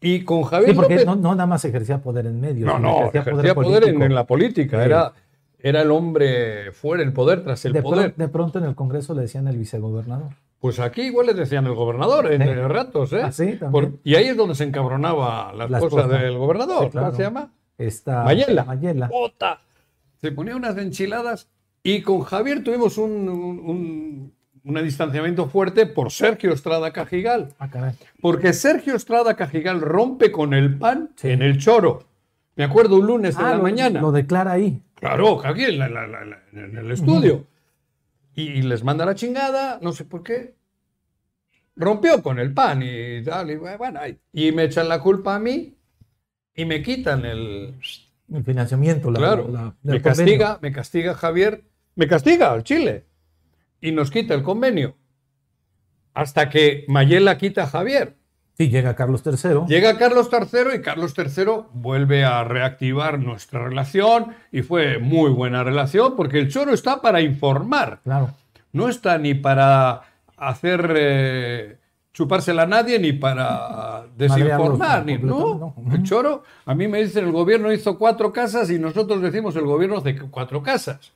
A: Y con
B: Sí,
A: Javier
B: porque
A: López.
B: no, no nada más ejercía poder en medios.
A: no,
B: sino
A: no,
B: ejercía poder,
A: ejercía poder en,
B: político.
A: en la política. Era, era el hombre fuera, el poder tras el
B: de, pro-
A: poder.
B: de pronto en el Congreso le decían el vicegobernador.
A: Pues aquí igual le decían el gobernador en
B: Sí.
A: en ratos, ¿eh?
B: Ah, sí, también.
A: y ahí es donde se encabronaba la
B: Las
A: esposa
B: cosas.
A: del gobernador.
B: Sí, claro.
A: ¿Cómo se llama?
B: Esta,
A: Mayela.
B: Mayela.
A: Puta. Se ponía unas enchiladas y con Javier tuvimos un, un- un- un distanciamiento fuerte por Sergio Estrada Cajigal.
B: Ah, caray.
A: Porque Sergio Estrada Cajigal rompe con el pan
B: Sí.
A: en el choro. Me acuerdo un lunes de
B: Ah,
A: la
B: lo,
A: mañana.
B: lo declara ahí.
A: Claro, aquí en, la- la- la- la- en el estudio. y, y les manda la chingada, no sé por qué. Rompió con el pan y tal. Y, bueno, ahí. y me echan la culpa a mí y me quitan el.
B: El financiamiento. La,
A: claro.
B: la- la-
A: me
B: el convenio.
A: castiga, me castiga Javier. Me castiga al Chile. Y nos quita el convenio. Hasta que Mayela quita a Javier.
B: Sí, llega Carlos III.
A: Llega Carlos III y Carlos III vuelve a reactivar nuestra relación y fue muy buena relación porque el choro está para informar,
B: Claro.
A: no está ni para hacer eh, chupársela a nadie ni para desinformar, ni, no.
B: completamente, no.
A: El choro, a mí me dicen el gobierno hizo cuatro casas y nosotros decimos el gobierno hace cuatro casas.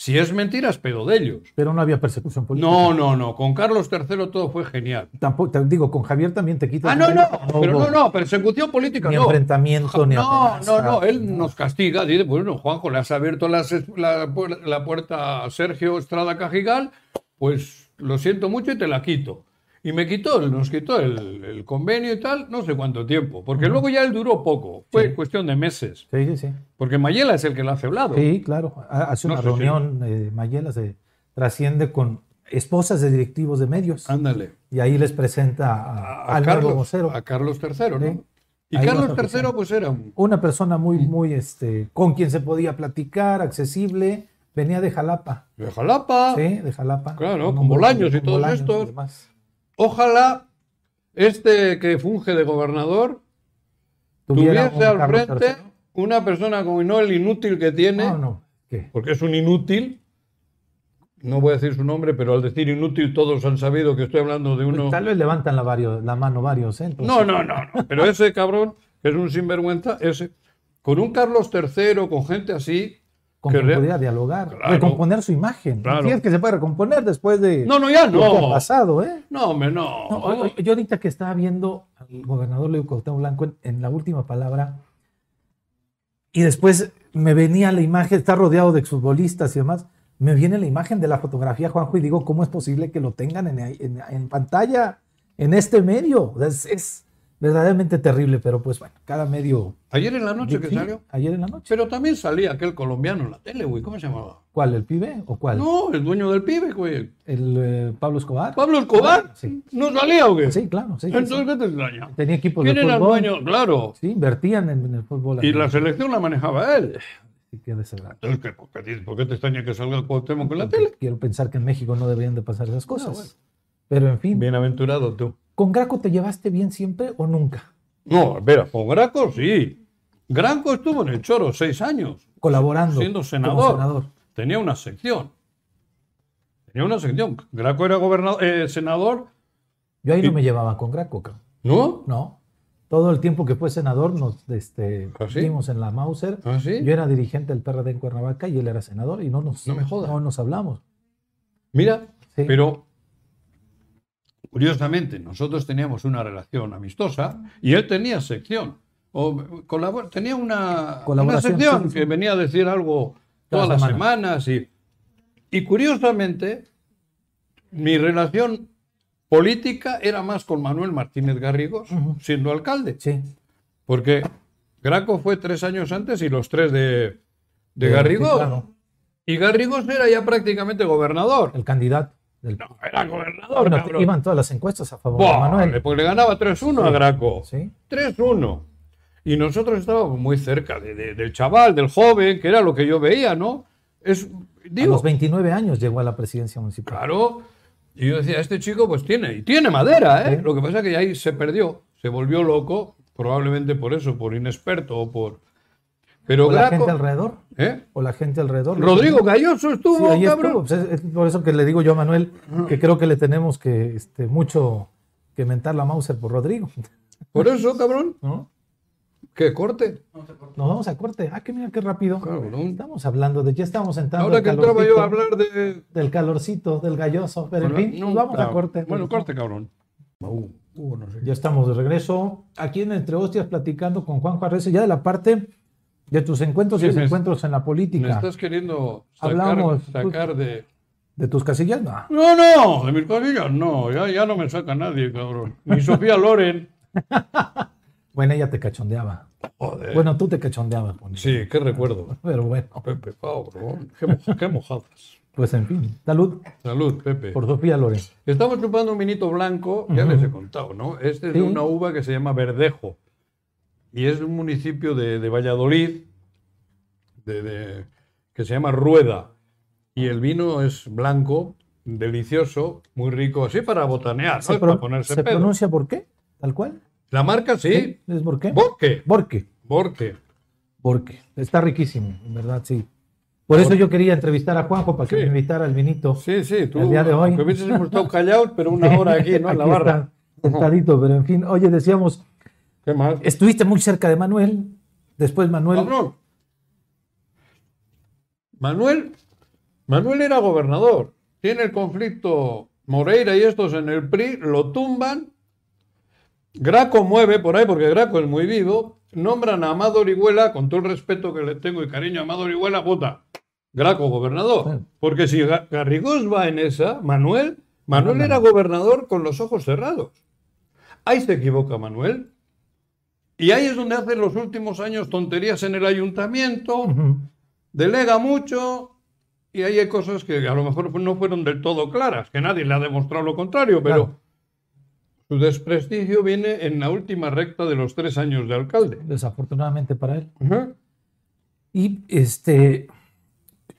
A: Si es mentira, es pedo de ellos.
B: Pero no había persecución política.
A: No, no, no. Con Carlos III todo fue genial.
B: Tampoco, te digo, con Javier también te quita.
A: Ah,
B: el
A: no, no,
B: convenio.
A: pero
B: hubo
A: no, no, persecución política
B: Ni
A: no.
B: enfrentamiento, ni
A: No, no,
B: amenaza,
A: no, él
B: ni
A: nos castiga, dice, bueno, Juanjo, le has abierto las- la, puer- la puerta a Sergio Estrada Cajigal, pues lo siento mucho y te la quito. Y me quitó, nos quitó el, el convenio y tal, no sé cuánto tiempo, porque luego ya él duró poco, fue cuestión de meses,
B: Sí, sí, sí.
A: porque Mayela es el que lo hace a un lado.
B: Sí, claro. Ha- Hace
A: No
B: una
A: sé si-
B: reunión, eh, Mayela se trasciende con esposas de directivos de medios
A: Ándale.
B: y ahí les presenta a-
A: Ah. A, a
B: al nuevo
A: Carlos,
B: vocero.
A: a Carlos III, ¿no?
B: Sí.
A: Y
B: Ahí
A: Carlos
B: nos
A: III, pues era un
B: Una persona muy,
A: Mm.
B: muy, este, con quien se podía platicar, accesible. Venía de Jalapa,
A: de Jalapa,
B: ¿sí? De Jalapa.
A: Ah. Claro, con
B: hombre-
A: Bolaños y
B: con
A: todos
B: Bolaños y
A: estos.
B: demás.
A: Ojalá este que funge de gobernador
B: Tuviera
A: tuviese
B: un
A: al
B: Carlos
A: frente
B: III.
A: una persona como no el inútil que tiene,
B: No, no. ¿Qué?
A: porque es un inútil. No voy a decir su nombre, pero al decir inútil todos han sabido que estoy hablando de uno.
B: Pues Tal vez levantan la, varios, la mano varios, ¿eh? Entonces,
A: No, no, no, no. Pero ese cabrón, que es un sinvergüenza, ese, con un Carlos III, con gente así.
B: con
A: que
B: quien
A: rea-
B: pudiera dialogar,
A: Claro.
B: recomponer su imagen.
A: Claro.
B: Si es que se puede recomponer después de
A: No, no, ya
B: lo que ha
A: no.
B: pasado, ¿eh?
A: No, hombre, no.
B: No, o- o- yo ahorita que estaba viendo al gobernador Leo Cuauhtémoc Blanco en, en la última palabra y después me venía la imagen, está rodeado de exfutbolistas y demás, me viene la imagen de la fotografía, Juanjo, y digo, ¿cómo es posible que lo tengan en, en- en pantalla, en este medio? O sea, es, es verdaderamente terrible, pero pues bueno, cada medio...
A: Ayer en la noche que
B: Sí,
A: salió.
B: Ayer en la noche.
A: Pero también salía aquel colombiano en la tele, güey. ¿Cómo se llamaba?
B: ¿Cuál, el pibe o cuál?
A: No, el dueño del pibe, güey.
B: ¿El eh, Pablo Escobar?
A: Pablo Escobar.
B: Sí.
A: No salía, o qué?
B: Sí, claro, sí. sí, sí.
A: Entonces, ¿qué te extraña?
B: Tenía equipos Pues de
A: ¿Quién era el
B: fútbol.
A: dueño? Claro.
B: Sí, invertían en, en el fútbol.
A: Y la selección la manejaba él.
B: Sí, qué desagradable.
A: Entonces, ¿qué- por, qué, dices- por qué te extraña que salga el Cuauhtémoc con la tele?
B: Quiero pensar que en México no deberían de pasar esas cosas.
A: bueno.
B: Pero en fin,
A: Bienaventurado tú.
B: ¿con Graco te llevaste bien siempre o nunca?
A: No, espera, con Graco sí. Graco estuvo en el Choro seis años.
B: Colaborando.
A: Siendo
B: como
A: senador. Tenía una sección. Tenía una sección. Graco era gobernador, eh, senador,
B: Yo ahí
A: Y-
B: no me llevaba con Graco, cabrón.
A: ¿no?
B: No. Todo el tiempo que fue senador nos este,
A: ¿Ah, sí?
B: vimos en la Mauser.
A: ¿Ah, sí?
B: Yo era dirigente del PRD en Cuernavaca y él era senador y no nos,
A: No me jodas.
B: no nos hablamos.
A: Mira,
B: Sí.
A: pero curiosamente nosotros teníamos una relación amistosa y él tenía sección. O colabor- tenía una, una
B: Colaboración,
A: sección
B: sí, sí, sí.
A: que venía a decir algo todas
B: Cada
A: las
B: semana.
A: semanas. Y, y curiosamente, mi relación política era más con Manuel Martínez Garrigos,
B: Ujú.
A: siendo alcalde.
B: Sí.
A: Porque Graco fue tres años antes y los tres de, de
B: Eh,
A: Garrigós.
B: sí, claro,
A: Y Garrigos era ya prácticamente gobernador.
B: el candidato. Del...
A: No, era gobernador,
B: Bueno, te-
A: cabrón.
B: iban todas las encuestas a favor de
A: Buah, le-
B: Manuel.
A: Pues le ganaba 3-1 a Graco.
B: Sí.
A: 3-1. Y nosotros estábamos muy cerca de- de- del chaval, del joven, que era lo que yo veía, ¿no? Es,
B: a
A: digo,
B: los 29 años llegó a la presidencia municipal.
A: claro. Y yo decía, este chico pues tiene, y tiene madera, ¿eh?
B: Sí.
A: Lo que pasa es que ahí se perdió, se volvió loco, probablemente por eso, por inexperto o por... Pero
B: ¿O la gente
A: Graco...
B: alrededor?
A: ¿eh?
B: ¿O la gente alrededor?
A: Rodrigo Galloso
B: Sí,
A: estuvo,
B: ahí estuvo.
A: cabrón.
B: Pues es- es por eso que le digo yo a Manuel que creo que le tenemos que este, mucho que mentar la Mauser por Rodrigo.
A: Por eso, cabrón,
B: ¿no?
A: que corte.
B: Nos vamos a corte. Ah, que mira qué rápido.
A: Cabrón.
B: Estamos hablando de ya estamos entrando
A: Ahora
B: al
A: que entraba yo
B: calorcito,
A: a hablar de,
B: del calorcito, del galloso, pero en
A: Bueno,
B: fin,
A: no,
B: nos vamos
A: claro.
B: a corte.
A: Bueno, corte, cabrón. Hugo, Hugo, no sé.
B: Ya estamos de regreso aquí en Entre Hostias platicando con Juan Juárez ya de la parte de tus encuentros
A: Sí,
B: y
A: me-
B: desencuentros en la
A: Me
B: política,
A: estás queriendo sacar,
B: Hablamos. pues.
A: sacar de.
B: de tus casillas, no.
A: No, no, de mis cosillas, no, ya, ya no me saca nadie, cabrón. Ni Sofía Loren.
B: Bueno, ella te cachondeaba.
A: Joder.
B: Bueno, tú te cachondeabas, Pony.
A: Sí, qué recuerdo.
B: Pero bueno,
A: Pepe, cabrón. Qué, mo- qué mojadas.
B: pues en fin. Salud
A: Salud, Pepe.
B: por Sofía Lorenz.
A: Estamos chupando un vinito blanco, ya les he contado, ¿no? Este es de
B: Sí.
A: una uva que se llama Verdejo. Y es de un municipio de, de Valladolid de- de- que se llama Rueda. Y el vino es blanco, delicioso, muy rico, así para botanear, ¿no?
B: ¿Se, pro-
A: para ponerse
B: se
A: pedo.
B: pronuncia por qué? ¿Tal cual? ¿Eh?
A: La marca sí,
B: ¿Es por qué?
A: Borque.
B: Borque.
A: Borque.
B: Porque está riquísimo, en verdad, sí. Por eso yo quería entrevistar a Juanjo para que
A: Sí.
B: me invitara al vinito.
A: Sí, sí, tú.
B: El día de hoy.
A: aunque hubiésemos estado callados, pero una hora aquí, ¿no? En la
B: Aquí
A: barra.
B: está, sentadito, pero en fin. Oye, decíamos,
A: ¿Qué más?
B: estuviste muy cerca de Manuel, después Manuel.
A: Cabrón. Manuel, Manuel era gobernador. Tiene el conflicto Moreira y estos en el PRI, lo tumban. Graco mueve por ahí, porque Graco es muy vivo. Nombran a Amado Orihuela, con todo el respeto que le tengo y cariño a Amado Orihuela, puta. Graco gobernador.
B: Sí.
A: Porque si Ga- Garrigós va en esa, Manuel, Manuel era gobernador con los ojos cerrados. Ahí se equivoca Manuel. Y ahí es donde hace los últimos años tonterías en el ayuntamiento,
B: Ujú.
A: delega mucho y ahí hay cosas que a lo mejor no fueron del todo claras, que nadie le ha demostrado lo contrario, pero
B: Claro.
A: su desprestigio viene en la última recta de los tres años de alcalde.
B: Desafortunadamente para él.
A: Ajá.
B: Y este,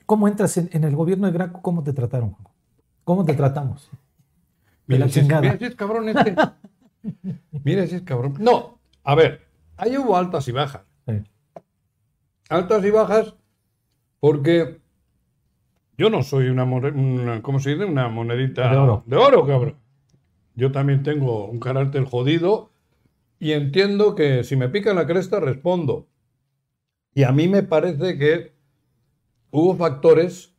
B: ¿cómo entras en, en el gobierno de Graco? ¿Cómo te trataron, Juanjo? ¿Cómo te tratamos? De
A: Mira
B: la
A: si es-
B: chingada.
A: mira si es cabrón este. Mira si es cabrón. No, a ver, ahí hubo altas y bajas.
B: Sí.
A: altas y bajas, porque yo no soy una, more- una- ¿cómo se dice? Una monedita
B: De oro.
A: cabrón. Yo también tengo un carácter jodido y entiendo que si me pica la cresta respondo. Y a mí me parece que hubo factores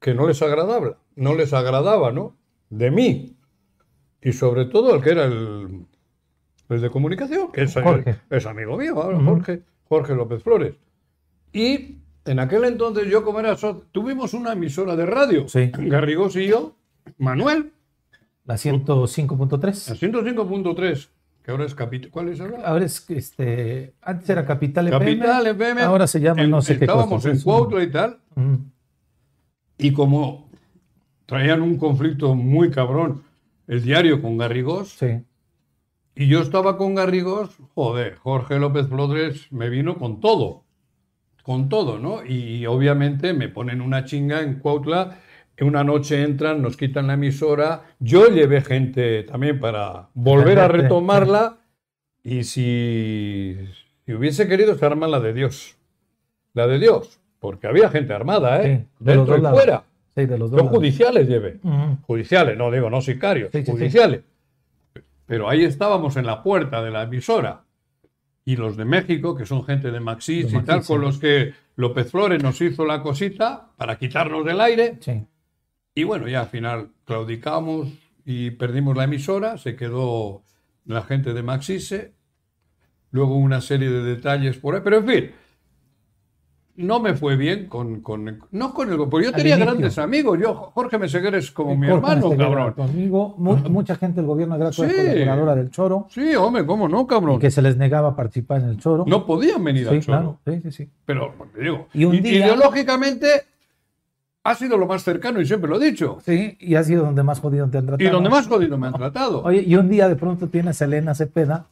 A: que no les agradaba, no les agradaba, ¿no? De mí. Y sobre todo el que era el, el de comunicación, que es,
B: Jorge.
A: es amigo mío, ahora,
B: Ujú.
A: Jorge, Jorge López Flores. Y en aquel entonces yo como era socio, tuvimos una emisora de radio,
B: Sí.
A: Garrigós y yo, Manuel,
B: La 105.3.
A: a 105.3, que ahora es capital, ¿cuál es ahora?
B: Ahora es que este, antes era Capital FM.
A: Capital FM.
B: Ahora se llama
A: En-
B: no sé qué cosa.
A: Estábamos en
B: Es un-
A: Cuautla y tal,
B: Ujú.
A: y como traían un conflicto muy cabrón el diario con Garrigós,
B: Sí.
A: y yo estaba con Garrigós, joder, Jorge López Flores me vino con todo. con todo, ¿no? Y obviamente me ponen una chinga en Cuautla, una noche entran, nos quitan la emisora, yo llevé gente también para volver a
B: Gente,
A: retomarla y si, si hubiese querido estar arma la de Dios, la de Dios, porque había gente armada, ¿eh?
B: Sí, de
A: Dentro
B: los dos
A: y
B: lados.
A: fuera,
B: Sí, de los dos.
A: yo
B: lados.
A: judiciales llevé,
B: Ujú.
A: judiciales, no digo, no sicarios,
B: Sí, sí, sí.
A: judiciales. Pero ahí estábamos en la puerta de la emisora. Y los de México, que son gente de Maxis
B: De
A: y tal,
B: Maxis,
A: con
B: sí.
A: los que López Flores nos hizo la cosita para quitarnos del aire.
B: Sí.
A: Y bueno, ya al final claudicamos y perdimos la emisora, se quedó la gente de Maxise, luego una serie de detalles por ahí, pero en fin, no me fue bien con, con no con el, porque yo
B: Al
A: tenía
B: inicio.
A: grandes amigos, yo Jorge Meseguer es como mi
B: Jorge
A: hermano,
B: Meseguera,
A: cabrón.
B: tu amigo, mu- mucha gente del gobierno grato
A: Sí.
B: era colaboradora del Choro,
A: Sí, hombre, cómo no, cabrón.
B: que se les negaba participar en el Choro.
A: No podían venir
B: sí,
A: al choro.
B: claro. Sí, sí, sí.
A: Pero, bueno, digo,
B: Y un
A: i-
B: día-
A: ideológicamente ha sido lo más cercano y siempre lo he dicho.
B: Sí, y ha sido donde más jodido te han
A: Y
B: tratado.
A: donde más jodido me han tratado.
B: Oye, y un día de pronto tienes a Elena Cepeda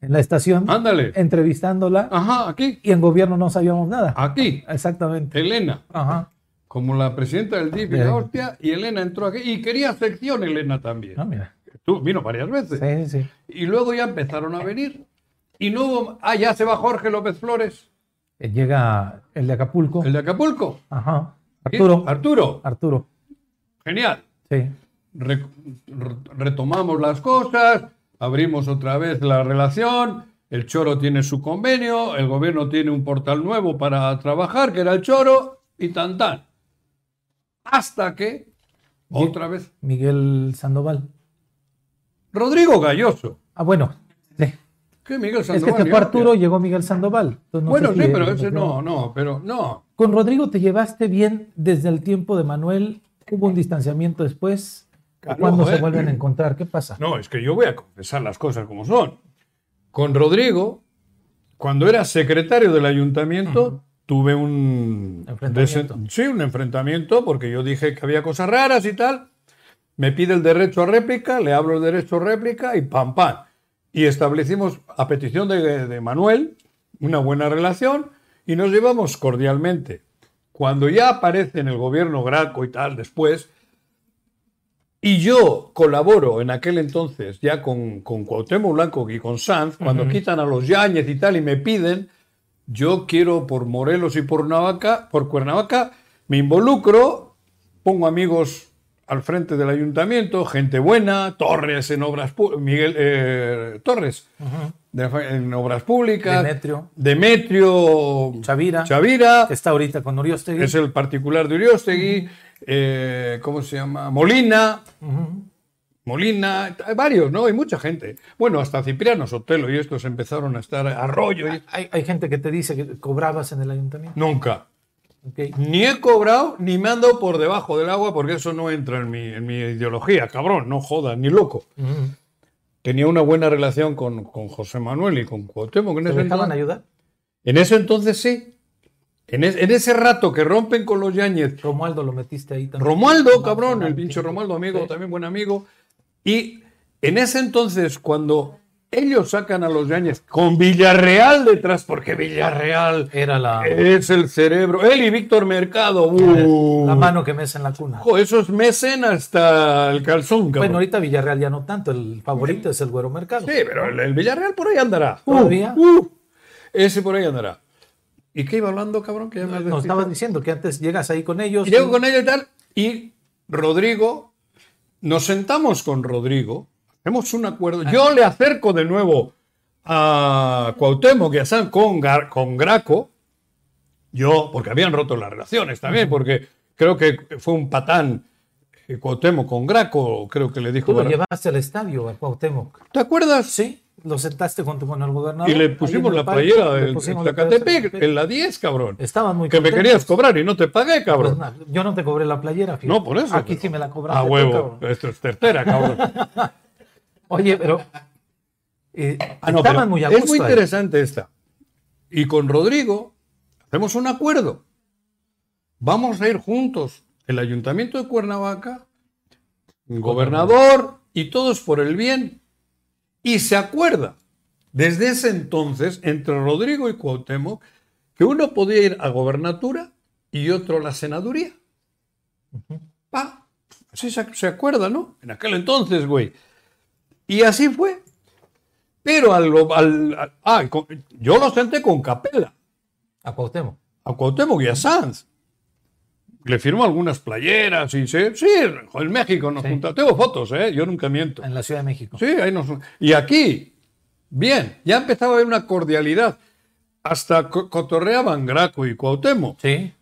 B: en la estación
A: Ándale. Ah.
B: entrevistándola
A: Ajá, aquí,
B: y en gobierno no sabíamos nada.
A: aquí.
B: Exactamente.
A: Elena,
B: Ajá.
A: como la presidenta del DIP y
B: Bien.
A: la hostia, y Elena entró aquí. Y quería sección Elena también.
B: Ah, mira.
A: Tú vino varias veces.
B: Sí, sí.
A: Y luego ya empezaron a venir. Y no hubo. Ah, ya se va Jorge López Flores,
B: Eh, Llega el de Acapulco.
A: el de Acapulco.
B: Ajá.
A: ¿Sí?
B: Arturo.
A: Arturo.
B: Arturo.
A: Genial.
B: Sí.
A: Re- re- retomamos las cosas, abrimos otra vez la relación, el Choro tiene su convenio, el gobierno tiene un portal nuevo para trabajar, que era el Choro, y tan tan. Hasta que, otra vez,
B: Miguel Sandoval.
A: Rodrigo Galloso.
B: Ah, bueno. Sí.
A: Que Miguel
B: Es que
A: Sandoval.
B: se
A: ni
B: fue
A: hostia.
B: Arturo, llegó Miguel Sandoval. Entonces, no
A: bueno,
B: sé
A: sí,
B: si-
A: pero ese no, no, pero no.
B: Con Rodrigo te llevaste bien desde el tiempo de Manuel. Hubo un distanciamiento después.
A: Claro,
B: ¿Cuándo se
A: joder.
B: vuelven a encontrar? ¿Qué pasa?
A: No, es que yo voy a confesar las cosas como son. Con Rodrigo, cuando era secretario del ayuntamiento, tuve un...
B: Enfrentamiento.
A: desen- Sí, un enfrentamiento, porque yo dije que había cosas raras y tal. Me pide el derecho a réplica, le hablo el derecho a réplica y pam, pam. Y establecimos, a petición de, de Manuel, una buena relación y nos llevamos cordialmente. Cuando ya aparece en el gobierno Graco y tal después, y yo colaboro en aquel entonces ya con, con Cuauhtémoc Blanco y con Sanz, cuando quitan a los Yáñez y tal y me piden, yo quiero por Morelos y por Navaca, por Cuernavaca, me involucro, pongo amigos al frente del ayuntamiento, gente buena, Torres en obras pú- Miguel eh, Torres de fa- en obras públicas,
B: Demetrio.
A: Demetrio
B: Chavira,
A: Chavira,
B: que está ahorita con Uriostegui.
A: es el particular de Uriostegui, eh, ¿cómo se llama? Molina,
B: Ujú.
A: Molina, t- varios, ¿no? Hay mucha gente. Bueno, hasta Cipriano Sotelo y estos empezaron a estar arroyo. Y...
B: Hay, hay gente que te dice que cobrabas en el ayuntamiento.
A: Nunca.
B: Ok.
A: Ni he cobrado, ni me ando por debajo del agua, porque eso no entra en mi, en mi ideología, cabrón, no jodas, ni loco.
B: Ujú.
A: Tenía una buena relación con, con José Manuel y con Cuauhtémoc. En
B: ¿Te
A: ese,
B: dejaban
A: entonces,
B: ayudar?
A: en ese entonces sí. En, es- en ese rato que rompen con los Yáñez
B: Romualdo lo metiste ahí también.
A: Romualdo, cabrón, el pinche
B: sí.
A: Romualdo,
B: Sí.
A: amigo, también buen amigo. Y en ese entonces, cuando ellos sacan a los Yañez con Villarreal detrás, porque Villarreal
B: Era la,
A: es el cerebro, él y Víctor Mercado, ¡uh!
B: la mano que mece en la cuna.
A: Ojo, esos mecen hasta el calzón,
B: Bueno,
A: cabrón.
B: ahorita Villarreal ya no tanto. El favorito es el Güero Mercado.
A: Sí, pero el, el Villarreal por ahí andará. ¡Uh!
B: Todavía.
A: ¡Uh! ese por ahí andará. ¿Y qué iba hablando, cabrón? Que ya me has
B: Nos
A: despistado.
B: estabas diciendo que antes llegas ahí con ellos.
A: Y llego con ella y tal. Y Rodrigo, nos sentamos con Rodrigo, hacemos un
B: Ah.
A: acuerdo. Yo le acerco de nuevo a Cuauhtémoc y a San con, Gar- con Graco. Yo, porque habían roto las relaciones también, porque creo que fue un patán eh, Cuauhtémoc con Graco, creo que le dijo.
B: Tú lo
A: Gra-
B: llevaste al estadio, a Cuauhtémoc.
A: ¿Te acuerdas?
B: Sí, lo sentaste junto con el gobernador.
A: Y
B: ahí
A: le
B: en
A: pusimos
B: el
A: la
B: parque,
A: playera
B: le
A: del
B: pusimos la playera del
A: Zacatepec, en la 10, cabrón.
B: Estaban muy
A: Que me
B: contentos.
A: querías cobrar y no te pagué,
B: Pues
A: cabrón.
B: nada, yo no te cobré la playera, fíjate.
A: No, por eso.
B: Aquí
A: pero-
B: sí me la cobraste.
A: A
B: tú,
A: huevo.
B: cabrón.
A: Esto es tercera, cabrón.
B: Oye, pero. eh,
A: Ah, no,
B: estaban
A: pero
B: muy a
A: es
B: gusto.
A: muy
B: ahí.
A: interesante esta. Y con Rodrigo hacemos un acuerdo. Vamos a ir juntos, el ayuntamiento de Cuernavaca, el gobernador y todos por el bien. Y se acuerda desde ese entonces entre Rodrigo y Cuauhtémoc que uno podía ir a gobernatura y otro a la senaduría. Pa, sí se, se acuerda, ¿no? En aquel entonces, güey. Y así fue. Pero al, al- al- ah, con- yo lo senté con Capela,
C: A Cuauhtémoc.
A: a Cuauhtémoc y a Sanz. Le firmó algunas playeras y se, sí, en México nos
B: Sí.
A: juntamos. Tengo fotos, ¿eh? Yo nunca miento.
B: en la Ciudad de México.
A: Sí, ahí nos... Y aquí, bien, ya empezaba a haber una cordialidad. Hasta co- cotorreaban Graco y Cuauhtémoc.
B: Sí,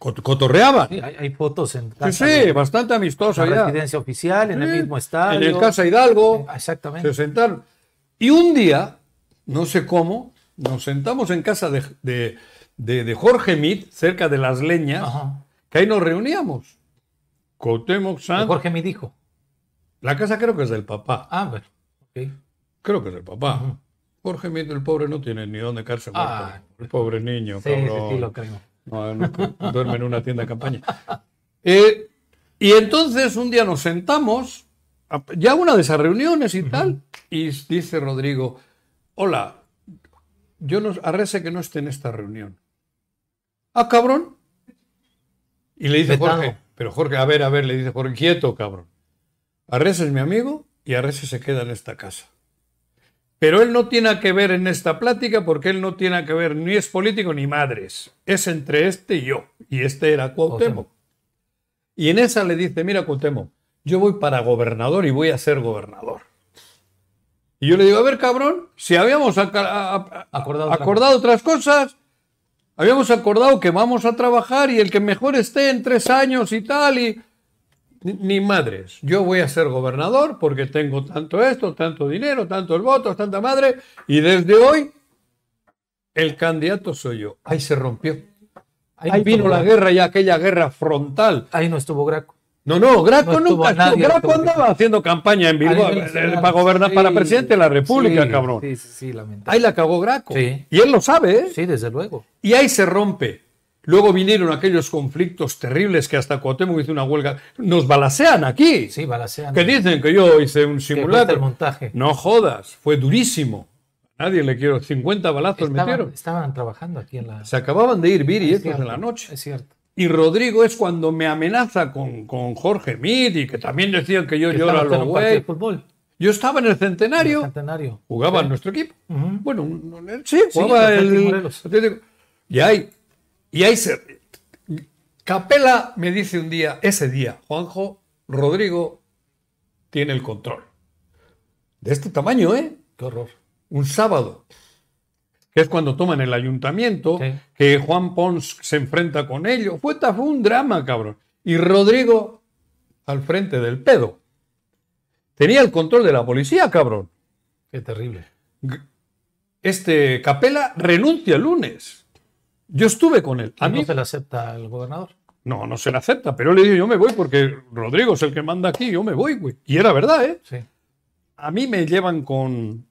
A: Cot- cotorreaban.
B: sí, hay, hay fotos en
A: Sí,
B: casa
A: sí,
B: de-
A: bastante amistosa
B: la
A: ya.
B: residencia oficial, en
A: Sí,
B: el mismo estadio.
A: En el Casa Hidalgo.
B: Exactamente.
A: Se sentaron. Y un día, no sé cómo, nos sentamos en casa de, de- de- de Jorge Mit, cerca de Las Leñas,
B: Ajá.
A: que ahí nos reuníamos. Cuauhtémoc, Sanz.
B: Jorge me dijo.
A: La casa creo que es del papá.
B: Ah, bueno. ok.
A: Creo que es el papá.
B: Ujú.
A: Jorge Mitre, el pobre, no tiene ni dónde quedarse muerto.
B: Ah.
A: el pobre niño,
B: Sí, sí,
A: cabrón.
B: sí, lo creo.
A: No, no, duerme en una tienda de campaña. Eh, y entonces un día nos sentamos, a- ya una de esas reuniones y tal, y dice Rodrigo, hola, yo no, arrece que no esté en esta reunión. Ah, cabrón. Y le dice
C: Vetado.
A: Jorge, pero Jorge, a ver, a ver, le dice Jorge, quieto, cabrón. Arrese es mi amigo y Arrese se queda en esta casa. Pero él no tiene que ver en esta plática porque él no tiene que ver, ni es político ni madres. Es entre este y yo. Y este era Cuauhtémoc.
C: Cuauhtémoc.
A: Y en esa le dice, mira Cuauhtémoc, yo voy para gobernador y voy a ser gobernador. Y yo le digo, a ver cabrón, si habíamos aca- a- a-
C: Acordado otra
A: acordado otras cosas, habíamos acordado que vamos a trabajar y el que mejor esté en tres años y tal y... Ni, ni madres. Yo voy a ser gobernador porque tengo tanto esto, tanto dinero, tanto el voto, tanta madre. Y desde hoy, el candidato soy yo. Ahí se rompió. Ahí,
C: no
A: vino
C: estuvo
A: la
C: Graco.
A: guerra ya, aquella guerra frontal.
C: Ahí no estuvo Graco.
A: No, no, Graco
C: No estuvo
A: nunca. estuvo-
C: nadie,
A: Graco
C: estuvo
A: andaba
C: Graco.
A: haciendo campaña en Bilbao
C: A nivel
A: eh,
C: nacional.
A: para gobernar
C: Sí,
A: para presidente de la República,
C: sí,
A: cabrón.
C: Sí, sí, sí, lamentable.
A: Ahí la cagó Graco.
C: Sí.
A: Y él lo sabe, ¿eh?
C: Sí, desde luego.
A: Y ahí se rompe. Luego vinieron aquellos conflictos terribles que hasta Cuauhtémoc hizo una huelga. Nos balacean aquí.
C: Sí, balacean.
A: Que dicen que yo hice
C: Que
A: un
C: cuesta el
A: simulacro.
C: montaje.
A: No jodas, fue durísimo. A nadie le quiero. 50 balazos
C: Estaban,
A: metieron.
C: estaban trabajando aquí en la...
A: Se acababan de ir Viri y
C: Es
A: estos en
C: cierto,
A: la noche.
C: Es cierto.
A: Y Rodrigo es cuando me amenaza con, con Jorge Mid y que también decían que yo
C: Que
A: lloro a
C: estaban en
A: los
C: un partido de
A: güey.
C: fútbol.
A: Yo estaba en el
C: en el
A: centenario,
C: Centenario.
A: jugaba en nuestro equipo.
C: Ujú.
A: Bueno, un- un- sí, jugaba
C: Atlético
A: el.
C: Morelos.
A: Atlético. Y ahí, y ahí se. Capela me dice un día, ese día, Juanjo, Rodrigo tiene el control. De este tamaño, ¿eh?
C: Qué horror.
A: Un sábado, que es cuando toman el ayuntamiento,
C: Sí.
A: que Juan Pons se enfrenta con ellos. Fue, ta- fue un drama, cabrón. Y Rodrigo al frente del pedo. Tenía el control de la policía, cabrón
C: Qué terrible.
A: este Capela renuncia el lunes. Yo estuve con él. A
C: ¿A
A: mí
C: no se le acepta al gobernador?
A: no, no se le acepta, pero le digo yo me voy porque Rodrigo es el que manda aquí, yo me voy, güey. Y era verdad, ¿eh?
C: Sí.
A: A mí me llevan con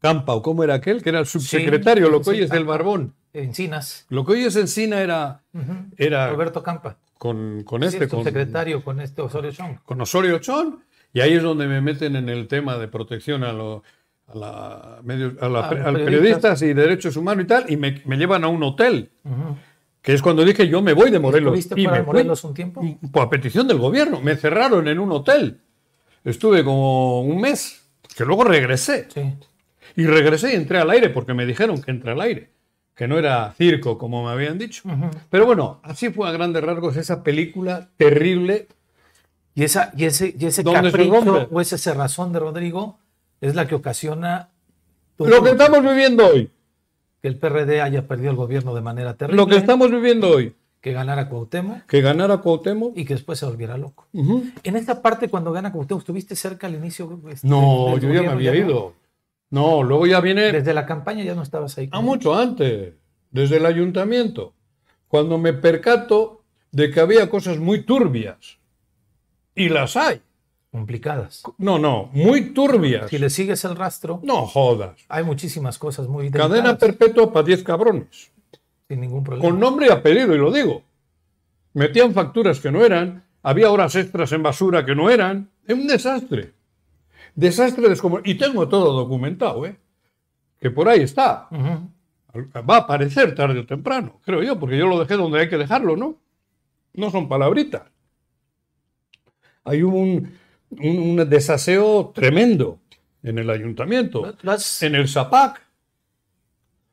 A: Campa, o cómo era aquel, que era el subsecretario, lo que
C: sí,
A: hoy es del
C: Campa.
A: Barbón.
C: Encinas.
A: Lo que hoy es Encina era,
C: Ujú.
A: era
C: Roberto Campa.
A: con, con
C: Sí,
A: Ah. este,
C: es tu
A: con,
C: secretario con este Osorio Chong.
A: con Osorio Chón, y ahí es donde me meten en el tema de protección a los a la, medio- a la-
C: A los
A: al periodistas
C: periodistas.
A: y derechos humanos y tal, y me, me llevan a un hotel.
C: Ujú.
A: que es cuando dije yo me voy de Morelos.
C: ¿Estuviste
A: Y
C: fuera
A: me
C: de
A: fui.
C: Morelos un tiempo?
A: Por petición del gobierno, me cerraron en un hotel. Estuve como un mes, que luego regresé.
C: Sí.
A: Y regresé y entré al aire, porque me dijeron que entré al aire, que no era circo, como me habían dicho.
C: Ujú.
A: Pero bueno, así fue a grandes rasgos esa película terrible.
B: Y, esa, y ese, y ese
A: ¿Dónde se
B: capricho
A: rompe?
B: o esa cerrazón de Rodrigo es la que ocasiona tu-
A: Lo que estamos viviendo hoy,
B: que el PRD haya perdido el gobierno de manera terrible, ¿eh?
A: lo que estamos viviendo hoy,
B: que ganara Cuauhtémoc
A: que ganara Cuauhtémoc.
B: y que después se volviera loco.
A: Ujú.
B: En esta parte, cuando gana Cuauhtémoc, ¿estuviste cerca al inicio? este,
A: No, yo
B: del
A: ya me
B: gobierno?
A: había
B: no.
A: ido. No, luego ya viene
B: Desde la campaña ya no estabas ahí.
A: Ah, mucho antes, desde el ayuntamiento, cuando me percato de que había cosas muy turbias. Y las hay.
B: Complicadas.
A: No, no, muy turbias.
B: Si le sigues el rastro,
A: No jodas.
B: hay muchísimas cosas muy
A: Cadena
B: delicadas,
A: perpetua para 10 cabrones.
B: sin ningún problema.
A: Con nombre y apellido, y lo digo. Metían facturas que no eran, había horas extras en basura que no eran. Es un desastre. Desastre descomunal. Y tengo todo documentado, ¿eh? Que por ahí está.
C: Ujú.
A: Va a aparecer tarde o temprano, creo yo, porque yo lo dejé donde hay que dejarlo, ¿no? No son palabritas. Hay un, un, un desaseo tremendo en el ayuntamiento,
B: Lo has-
A: en el Zapac.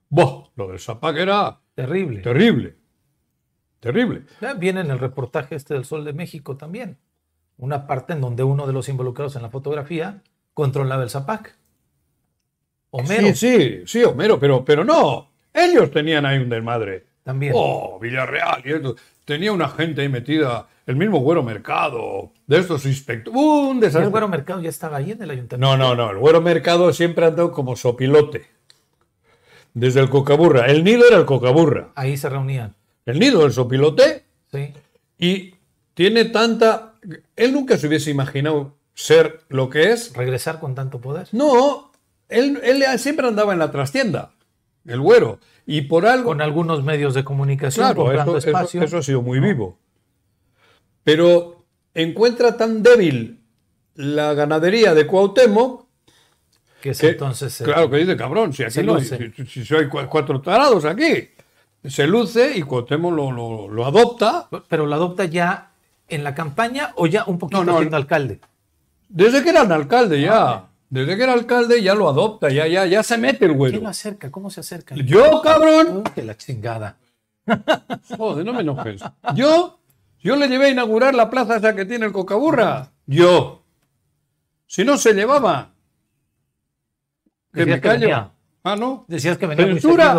A: Buah, lo del Zapac era
B: Terrible.
A: terrible, terrible.
B: Ya Viene en el reportaje este del Sol de México también. Una parte en donde uno de los involucrados en la fotografía controlaba el Zapac. Homero
A: Sí, sí, sí, Homero, pero, pero no. Ellos tenían ahí un desmadre.
B: también.
A: Oh, Villarreal. y esto. Tenía una gente ahí metida, el mismo Güero Mercado, de estos inspectores. Un
B: Pero el
A: desastre.
B: Güero Mercado ya estaba ahí en el ayuntamiento.
A: No, no, no. El Güero Mercado siempre andó como sopilote. Desde el Cocaburra. El nido era el Cocaburra.
B: Ahí se reunían.
A: El nido del sopilote.
B: Sí.
A: Y tiene tanta. Él nunca se hubiese imaginado ser lo que es.
B: Regresar con tanto poder.
A: No, él, él siempre andaba en la trastienda, el güero. Y por algo.
B: Con algunos medios de comunicación,
A: Claro, eso,
B: comprando
A: eso-
B: espacio.
A: eso ha sido muy vivo. Pero encuentra tan débil la ganadería de Cuauhtémoc,
B: que es
A: que-
B: entonces. eh,
A: claro que dice, cabrón, si aquí
B: se
A: no hay,
B: luce.
A: si, si- si hay cua- cuatro tarados aquí. Se luce y Cuauhtémoc lo, lo- lo adopta
B: Pero lo adopta ya en la campaña o ya un poquito
A: No, no,
B: siendo alcalde.
A: desde que era alcalde ya. Desde que era alcalde ya lo adopta, ya, ya, ya se mete el
B: ¿Quién lo
A: güero.
B: acerca? ¿Cómo se acerca?
A: Yo, cabrón,
B: Uh, que la chingada.
A: Joder, no me enojes. Yo, yo le llevé a inaugurar la plaza esa que tiene el Cocaburra. Yo. Si no se llevaba. Que
B: Decías
A: me
B: que
A: callo.
B: venía.
A: Ah, no.
B: Decías que venía
A: Censura.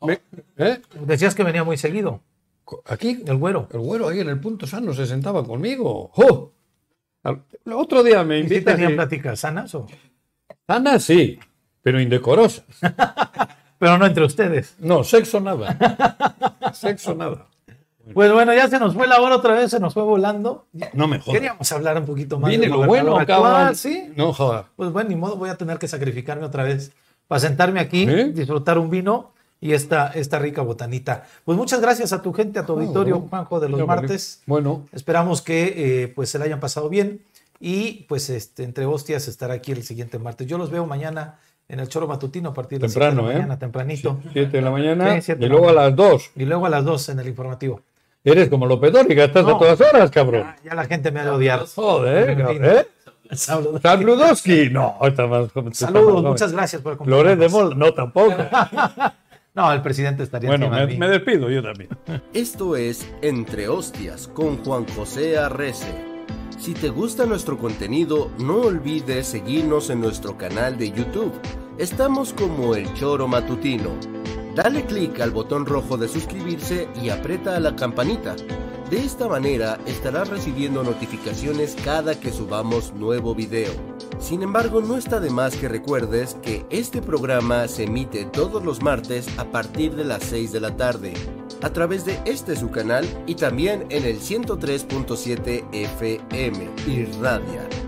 B: muy
A: Me- ¿Eh?
B: seguido. Decías que venía muy seguido.
A: Co- Aquí,
B: El güero.
A: el güero ahí en el punto sano se sentaba conmigo. ¡Jo! Al- El otro día me
B: ¿Y si
A: invitan.
B: tenían
A: y-
B: pláticas sanas o?
A: Sana sí, pero indecorosa.
B: Pero no entre ustedes.
A: No, sexo nada. Sexo nada.
B: Pues bueno, ya se nos fue la hora otra vez, se nos fue volando.
A: No me jodas.
B: Queríamos hablar un poquito más.
A: Viene
B: del
A: lo bueno,
B: gobernador actual,
A: cabrón.
B: Sí.
A: No jodas.
B: Pues bueno, ni modo, voy a tener que sacrificarme otra vez para sentarme aquí,
A: ¿Eh?
B: disfrutar un vino y esta, esta rica botanita. Pues muchas gracias a tu gente, a tu auditorio, Juanjo, de los
A: Ya, vale.
B: martes.
A: Bueno,
B: Esperamos que eh, pues se la hayan pasado bien y pues este, entre hostias estará aquí el siguiente martes. Yo los veo mañana en el Choro Matutino a partir de las
A: Temprano,
B: siete de la
A: ¿eh?
B: mañana, tempranito.
A: 7 de la mañana
B: Sí, siete
A: y
B: de la
A: luego a las 2.
B: Y luego a las 2 en el informativo.
A: Eres como Lopetónica, estás
B: No. Ah,
A: a todas horas, cabrón.
B: Ya la gente me ha de odiar.
A: Joder,
B: En fin.
A: ¿eh?
B: Saludos,
A: Saludoski. No, está más joven. está más
B: Saludos,
A: joven.
B: muchas gracias por
A: Loret de Mol,
B: acompañarnos.
A: no tampoco.
B: No, el presidente estaría
A: bueno,
B: encima de
A: me,
B: mí.
A: me despido yo también.
D: Esto es Entre Hostias con Juan José Arrece. Si te gusta nuestro contenido, no olvides seguirnos en nuestro canal de YouTube. Estamos como El Choro Matutino. Dale clic al botón rojo de suscribirse y aprieta la campanita. De esta manera estarás recibiendo notificaciones cada que subamos nuevo video. Sin embargo, no está de más que recuerdes que este programa se emite todos los martes a partir de las 6 de la tarde a través de este su canal y también en el 103.7 FM Irradia.